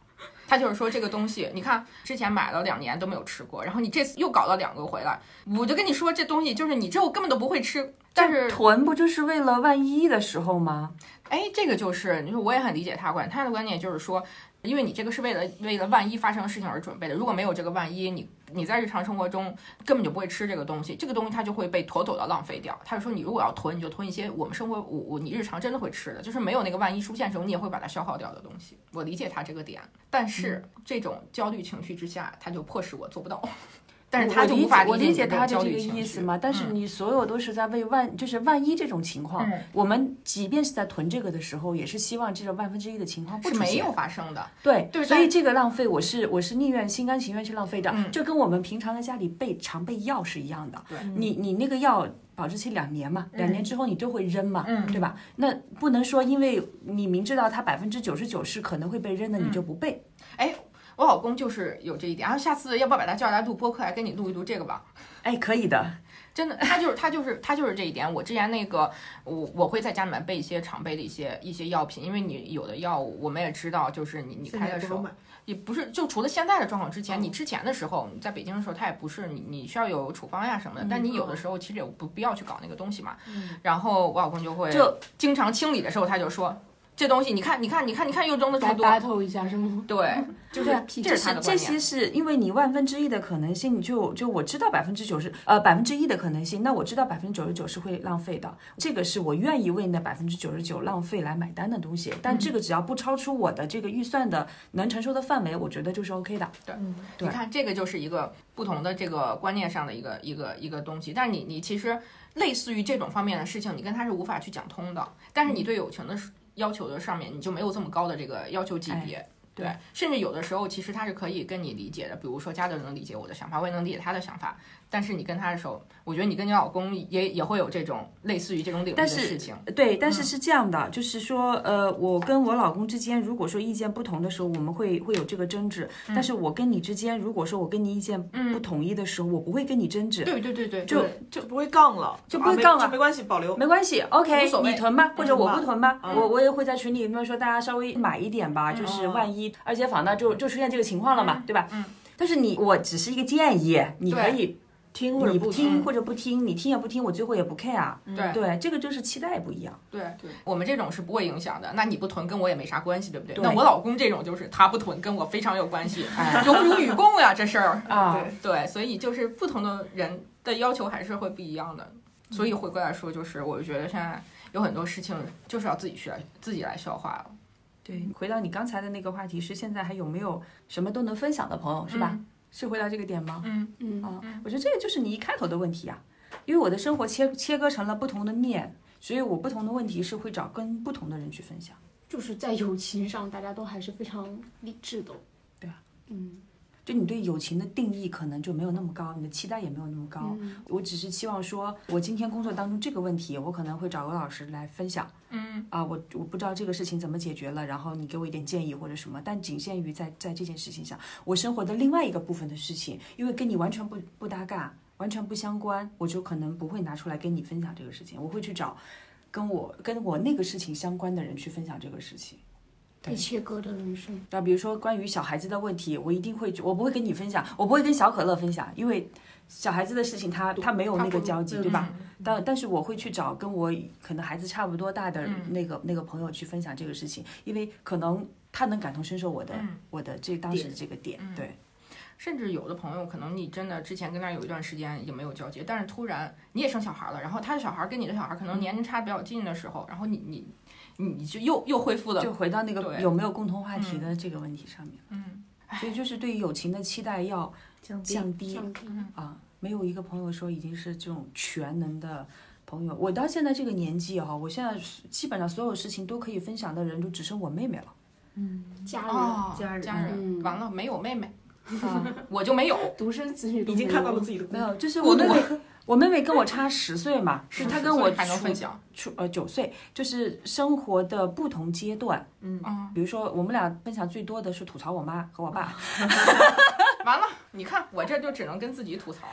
Speaker 3: 他就是说这个东西，你看之前买了两年都没有吃过，然后你这次又搞了两个回来，我就跟你说这东西就是你之后根本都不会吃。但是
Speaker 2: 囤不就是为了万一的时候吗？
Speaker 3: 哎，这个就是你说我也很理解他的观点，他的观点就是说，因为你这个是为了为了万一发生的事情而准备的，如果没有这个万一，你你在日常生活中根本就不会吃这个东西，这个东西它就会被妥妥的浪费掉。他就说，你如果要囤，你就囤一些我们生活我我你日常真的会吃的，就是没有那个万一出现的时候，你也会把它消耗掉的东西。我理解他这个点，但是这种焦虑情绪之下，他就迫使我做不到。但是
Speaker 2: 嗯我
Speaker 3: 他
Speaker 2: 我
Speaker 3: 就
Speaker 2: 理
Speaker 3: 无法
Speaker 2: 解我
Speaker 3: 理
Speaker 2: 理
Speaker 3: 解
Speaker 2: 解
Speaker 3: 你的
Speaker 2: 他的
Speaker 3: 焦
Speaker 2: 这个
Speaker 3: 虑情
Speaker 2: 意
Speaker 3: 绪
Speaker 2: 思嘛。但是
Speaker 3: 嗯
Speaker 2: 你所有都是在为万，就是万一这种情况
Speaker 3: 嗯，
Speaker 2: 我们即便是在囤这个的时候，也是希望这种万分之一的情况不
Speaker 3: 是
Speaker 2: 出
Speaker 3: 没
Speaker 2: 现
Speaker 3: 有。发生的。
Speaker 2: 对，
Speaker 3: 对
Speaker 2: 所
Speaker 3: 但
Speaker 2: 以这个浪费，我是我是宁愿心甘情愿去浪费掉，
Speaker 3: 嗯
Speaker 2: 就跟我们平常在家里备常备药是一样的。
Speaker 3: 对
Speaker 4: 嗯
Speaker 2: 你你那个药保质期两年嘛，两年之后你就会扔嘛，
Speaker 3: 嗯
Speaker 2: 对吧？那不能说因为你明知道它百分之九十九是可能会被扔
Speaker 3: 嗯
Speaker 2: 的，你就不备。
Speaker 3: 我老公就是有这一点，然后下次要不要把他叫来录播客，来跟你录一录这个吧？
Speaker 2: 哎，可以的，
Speaker 3: 真的，他就是他就是他就是这一点。我之前那个，我我会在家里面备一些常备的一些一些药品，因为你有的药我们也知道，就是你你
Speaker 4: 现
Speaker 3: 开
Speaker 4: 在
Speaker 3: 的
Speaker 4: 不
Speaker 3: 时
Speaker 4: 好
Speaker 3: 候
Speaker 4: 买，嗯
Speaker 3: 也不是，就除了现在的状况之前，你之前的时候，你在北京的时候，它也不是你你需要有处方呀什
Speaker 4: 嗯
Speaker 3: 么的，但你有的时候其实也不必要去搞那个东西嘛。然后我老公就会
Speaker 2: 就
Speaker 3: 经常清理的时候，他就说这东西你看你看你看你看又扔的这
Speaker 1: 来
Speaker 3: 么多，
Speaker 1: battle 一下是吗？
Speaker 3: 对，就是
Speaker 2: 对
Speaker 3: 这
Speaker 2: 就是
Speaker 3: 他
Speaker 2: 是
Speaker 3: 的
Speaker 2: 这
Speaker 3: 观
Speaker 2: 些
Speaker 3: 点。
Speaker 2: 是因为你万分之一的可能性，你就就我知道百分之九十，呃百分之一的可能性，那我知道百分之九十九是会浪费的，这个是我愿意为那百分之九十九浪费来买单的东西，但这个只要不超出我的这个预算的能承受的范围，我觉得就是 OK 的。
Speaker 3: 你看，这个就是一个不同的这个观念上的一个一个一个东西。但是你你其实类似于这种方面的事情，你跟他是无法去讲通的。但是
Speaker 2: 嗯
Speaker 3: 你对友情的要求的上面，你就没有这么高的这个要求级别。
Speaker 2: 哎
Speaker 3: 对，甚至有的时候其实他是可以跟你理解的，比如说家德能理解我的想法，我也能理解他的想法。但是你跟他的时候，我觉得你跟你老公也也会有这种类似于这种领域的
Speaker 2: 但是呃嗯
Speaker 3: 事情。
Speaker 2: 对，但是是这样的，就是说，呃，我跟我老公之间，如果说意见不同的时候，我们会会有这个争执。但是我跟你之间，如果说我跟你意见不统一的时候，我不会跟你争执，
Speaker 3: 对对对对，
Speaker 2: 就
Speaker 4: 就不会杠了，
Speaker 2: 就
Speaker 4: 就
Speaker 2: 不会杠了
Speaker 4: 就没关系，保留。
Speaker 2: 没关系
Speaker 3: 无
Speaker 2: ，OK，
Speaker 3: 所谓
Speaker 2: 你囤吧，或者
Speaker 4: 囤
Speaker 2: 我
Speaker 4: 吧
Speaker 2: 不囤吧，
Speaker 4: 嗯
Speaker 2: 我我也会在群里面说，大家稍微买一点吧，就是万一，而且防到就就出现这个情况了嘛，对吧？
Speaker 3: 嗯嗯。
Speaker 2: 但是你，我只是一个建议，你可
Speaker 3: 对
Speaker 2: 以
Speaker 4: 听或者
Speaker 2: 你
Speaker 4: 不
Speaker 2: 听或者不听，你听也不听，我最后也不 care。
Speaker 3: 对
Speaker 2: 对，这个就是期待不一 样。
Speaker 3: 对
Speaker 6: 对
Speaker 3: 我们这种是不会影响的。那你不囤跟我也没啥关系，对不对？
Speaker 2: 对
Speaker 3: 那我老公这种就是他不囤跟我非常有关系，
Speaker 2: 哎
Speaker 3: 荣辱与共呀、这事儿。
Speaker 2: 啊，
Speaker 6: 对
Speaker 3: 对，所以就是不同的人的要求还是会不一样的。所以回过来说，就是我觉得现在有很多事情就是要自己去来自己来消化了，
Speaker 2: 对，回到你刚才的那个话题，是现在还有没有什么都能分享的朋友，是吧？是回到这个点吗？
Speaker 3: 嗯？
Speaker 1: 嗯
Speaker 2: 啊，我觉得这个就是你一开头的问题啊，因为我的生活切切割成了不同的面，所以我不同的问题是会找跟不同的人去分享。
Speaker 1: 就是在友情上，大家都还是非常理智的。
Speaker 2: 对啊，
Speaker 1: 嗯，
Speaker 2: 就你对友情的定义可能就没有那么高，你的期待也没有那么高。
Speaker 1: 嗯
Speaker 2: 我只是期望说，我今天工作当中这个问题，我可能会找个老师来分享。嗯啊，我我不知道这个事情怎么解决了，然后你给我一点建议或者什么，但仅限于在在这件事情上。我生活的另外一个部分的事情，因为跟你完全不不搭嘎，完全不相关，我就可能不会拿出来跟你分享这个事情，我会去找跟我跟我那个事情相关的人去分享这个事情。对
Speaker 1: 被切割的人生，
Speaker 2: 那比如说关于小孩子的问题，我一定会，我不会跟你分享，我不会跟小可乐分享，因为小孩子的事情他他没有那个交集，对吧？但但是我会去找跟我可能孩子差不多大的那个、那个朋友去分享这个事情，因为可能他能感同身受我的、
Speaker 3: 嗯
Speaker 2: 我的这当时的这个点，对
Speaker 3: 甚至有的朋友，可能你真的之前跟他有一段时间也没有交集，但是突然你也生小孩了，然后他的小孩跟你的小孩可能年龄差比较近的时候，然后你你你你就又又恢复了
Speaker 2: 就回到那个
Speaker 3: 嗯对
Speaker 2: 有没有共同话题的这个问题上面，
Speaker 3: 嗯，
Speaker 2: 所以就是对于友情的期待要
Speaker 4: 降低
Speaker 2: 降低，
Speaker 1: 像这样
Speaker 2: 啊，没有一个朋友说已经是这种全能的朋友。我到现在这个年纪哈、我现在基本上所有事情都可以分享的人，就只剩我妹妹了。
Speaker 1: 家人、
Speaker 3: 哦，
Speaker 4: 家人
Speaker 3: 家人
Speaker 1: 嗯
Speaker 3: 完了没有妹妹，
Speaker 2: 啊，
Speaker 3: 我就没有，
Speaker 1: 独生子女都
Speaker 6: 已经
Speaker 1: 没
Speaker 6: 看
Speaker 1: 有
Speaker 6: 到了自己的
Speaker 2: 没
Speaker 6: 故事。
Speaker 2: 有，就是
Speaker 3: 过
Speaker 2: 我
Speaker 3: 度
Speaker 2: 妹妹，我妹妹跟我差十岁嘛，是
Speaker 3: 所
Speaker 2: 她
Speaker 3: 以
Speaker 2: 跟我
Speaker 3: 嗯还能
Speaker 2: 处
Speaker 3: 分享，
Speaker 2: 处呃九岁，就是生活的不同阶段。
Speaker 3: 嗯，
Speaker 2: 比如说，我们俩分享最多的是吐槽我妈和我爸，
Speaker 3: 完了，你看我这就只能跟自己吐槽，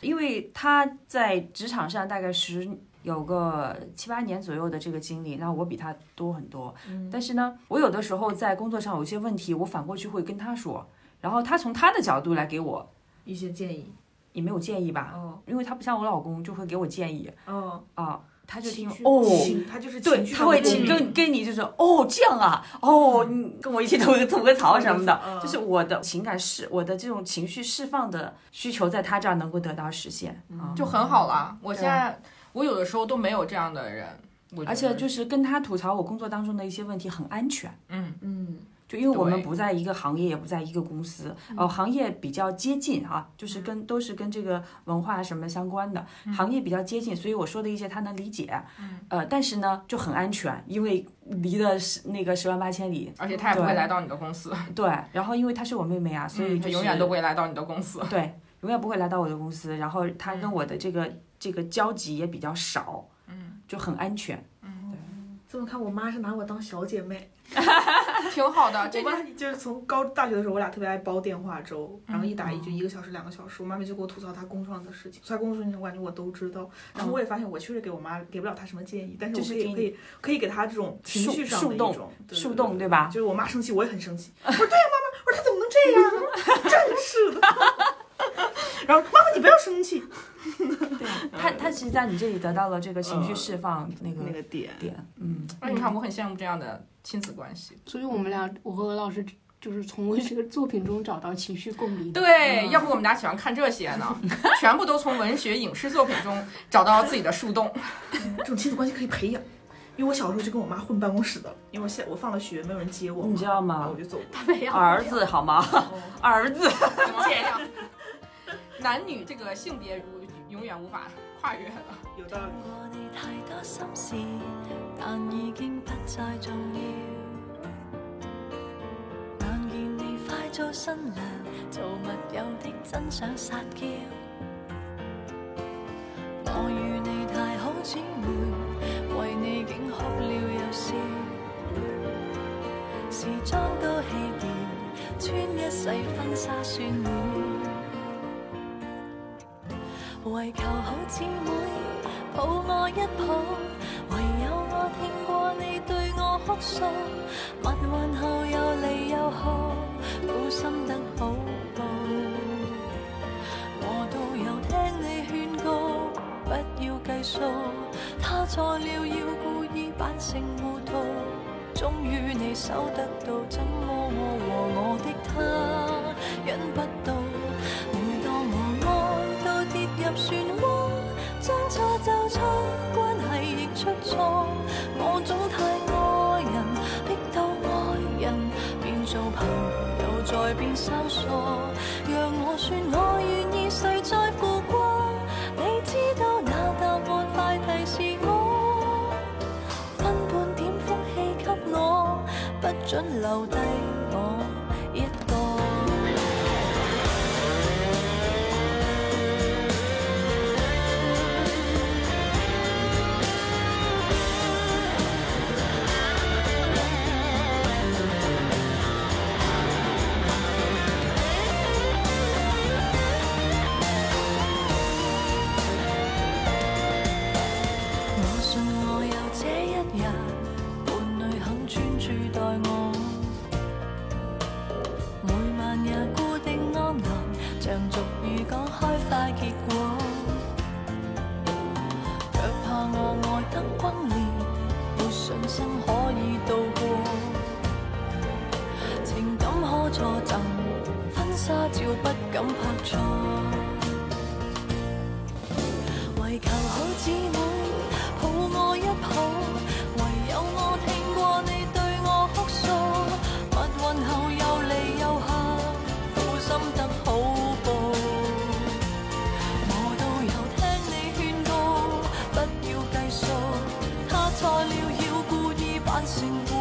Speaker 2: 因为他在职场上大概十有个七八年左右的这个经历，那我比他多很多。但是呢，我有的时候在工作上有一些问题，我反过去会跟他说，然后他从他的角度来给我
Speaker 4: 一些建议
Speaker 2: 也没有建议吧，
Speaker 4: 哦
Speaker 2: 因为他不像我老公就会给我建议
Speaker 4: 哦，
Speaker 2: 啊，他就听
Speaker 1: 情绪
Speaker 2: 哦。
Speaker 4: 情他就是
Speaker 2: 对
Speaker 4: 情，绪
Speaker 2: 他会
Speaker 4: 上
Speaker 2: 请
Speaker 4: 的
Speaker 2: 跟跟你就是哦这样啊，哦你跟我一起吐个吐个槽什么的，
Speaker 4: 嗯
Speaker 2: 就是我的情感释我的这种情绪释放的需求在他这儿能够得到实现啊，
Speaker 3: 就很好了。我
Speaker 2: 对
Speaker 3: 现在我有的时候都没有这样的人，我觉得
Speaker 2: 而且就是跟他吐槽我工作当中的一些问题很安全，
Speaker 3: 嗯
Speaker 4: 嗯
Speaker 2: 就因为我们
Speaker 3: 对嗯
Speaker 2: 不在一个行业，也不在一个公司，呃，行业比较接近啊，就是跟都是跟这个文化什么相关的，
Speaker 3: 嗯
Speaker 2: 行业比较接近，所以我说的一些他能理解，呃，但是呢就很安全，因为离的十那个十万八千 里，
Speaker 3: 而且他也不
Speaker 2: 对
Speaker 3: 会来到你的公司，
Speaker 2: 对，然后因为她是我妹妹啊，所以
Speaker 3: 嗯
Speaker 2: 就
Speaker 3: 他
Speaker 2: 是
Speaker 3: 永远都不会来到你的公司。
Speaker 2: 对，永远不会来到我的公司，然后她
Speaker 3: 嗯
Speaker 2: 跟我的这个这个交集也比较少，嗯，就很安全，
Speaker 4: 这么看，我妈是拿我当小姐妹。
Speaker 3: 挺好的，这
Speaker 4: 我
Speaker 3: 个
Speaker 4: 妈就是从高大学的时候，我俩特别爱煲电话粥，然后一
Speaker 2: 嗯
Speaker 4: 打一就一个小时、两个小时。我妈每次给我吐槽她工创的事情，她工作事情我感觉我都知道。然后我也发现，我确实给我妈给不了她什么建议，但是
Speaker 2: 嗯
Speaker 4: 我
Speaker 2: 就是
Speaker 4: 可
Speaker 2: 给你
Speaker 4: 以可以可以给她这种情绪上的
Speaker 2: 树
Speaker 4: 一
Speaker 2: 洞
Speaker 4: 种对
Speaker 2: 树
Speaker 4: 对
Speaker 2: 洞
Speaker 4: 对
Speaker 2: 对吧？
Speaker 4: 就是我妈生气，我也很生气。我说对呀、妈妈，我说她怎么能这样呢？真是的。 然后妈妈，你不要生气。
Speaker 2: 她她其实在你这里得到了这个情绪
Speaker 4: 嗯
Speaker 2: 释放那个
Speaker 4: 那个点，
Speaker 2: 点，嗯，
Speaker 3: 哎你看，我很羡慕这样的亲子关系。
Speaker 1: 所以我们俩，我和鹅老师就是从我这个作品中找到情绪共鸣。
Speaker 2: 嗯
Speaker 3: 对，要不我们俩喜欢看这些呢， 全部都从文学、影视作品中找到自己的树洞。
Speaker 4: 这种亲子关系可以培养。因为我小时候就跟我妈混办公室的，因为我现我放了学没有人接我，
Speaker 2: 你知道吗
Speaker 4: 然后我就走了。
Speaker 2: 儿子好吗？ 儿子，
Speaker 3: 怎么这样？ 男女这个性别如永远无法跨越的。
Speaker 4: 有道理。
Speaker 7: 我哋太多心事，但已經不再重要。眼見你快做新娘，做密友的真想撒嬌。我與你太好姊妹，為你竟哭了又笑。時裝都棄掉，穿一世婚紗算了。為求好姊妹抱我一抱，唯有我聽過你對我哭訴，蜜運後又離又好，苦心等好報，我都有數，他錯了要故意扮成糊塗，終於你守得到，怎麼我和我的他忍不到？每當我愛到跌入漩渦，將錯就錯，關係亦出錯，我總太愛人，逼到愛人變做朋友，再變生疏，讓我說我願意，誰在乎過？你知道那答案快遞是我，分半點福氣給我，不准留低我一個。我信我有這一日，伴侶肯專注待我，每晚也固定安排，像俗語講開花結果。卻怕我愛得轟烈，沒信心可以渡過，情感可錯贈，婚紗照不敢拍錯。為求好姊妹抱我一抱，唯有我聽過你對我哭訴，蜜運後又離又合，苦心得好報。我都有聽你勸告，不要計數，他錯了要故意扮成糊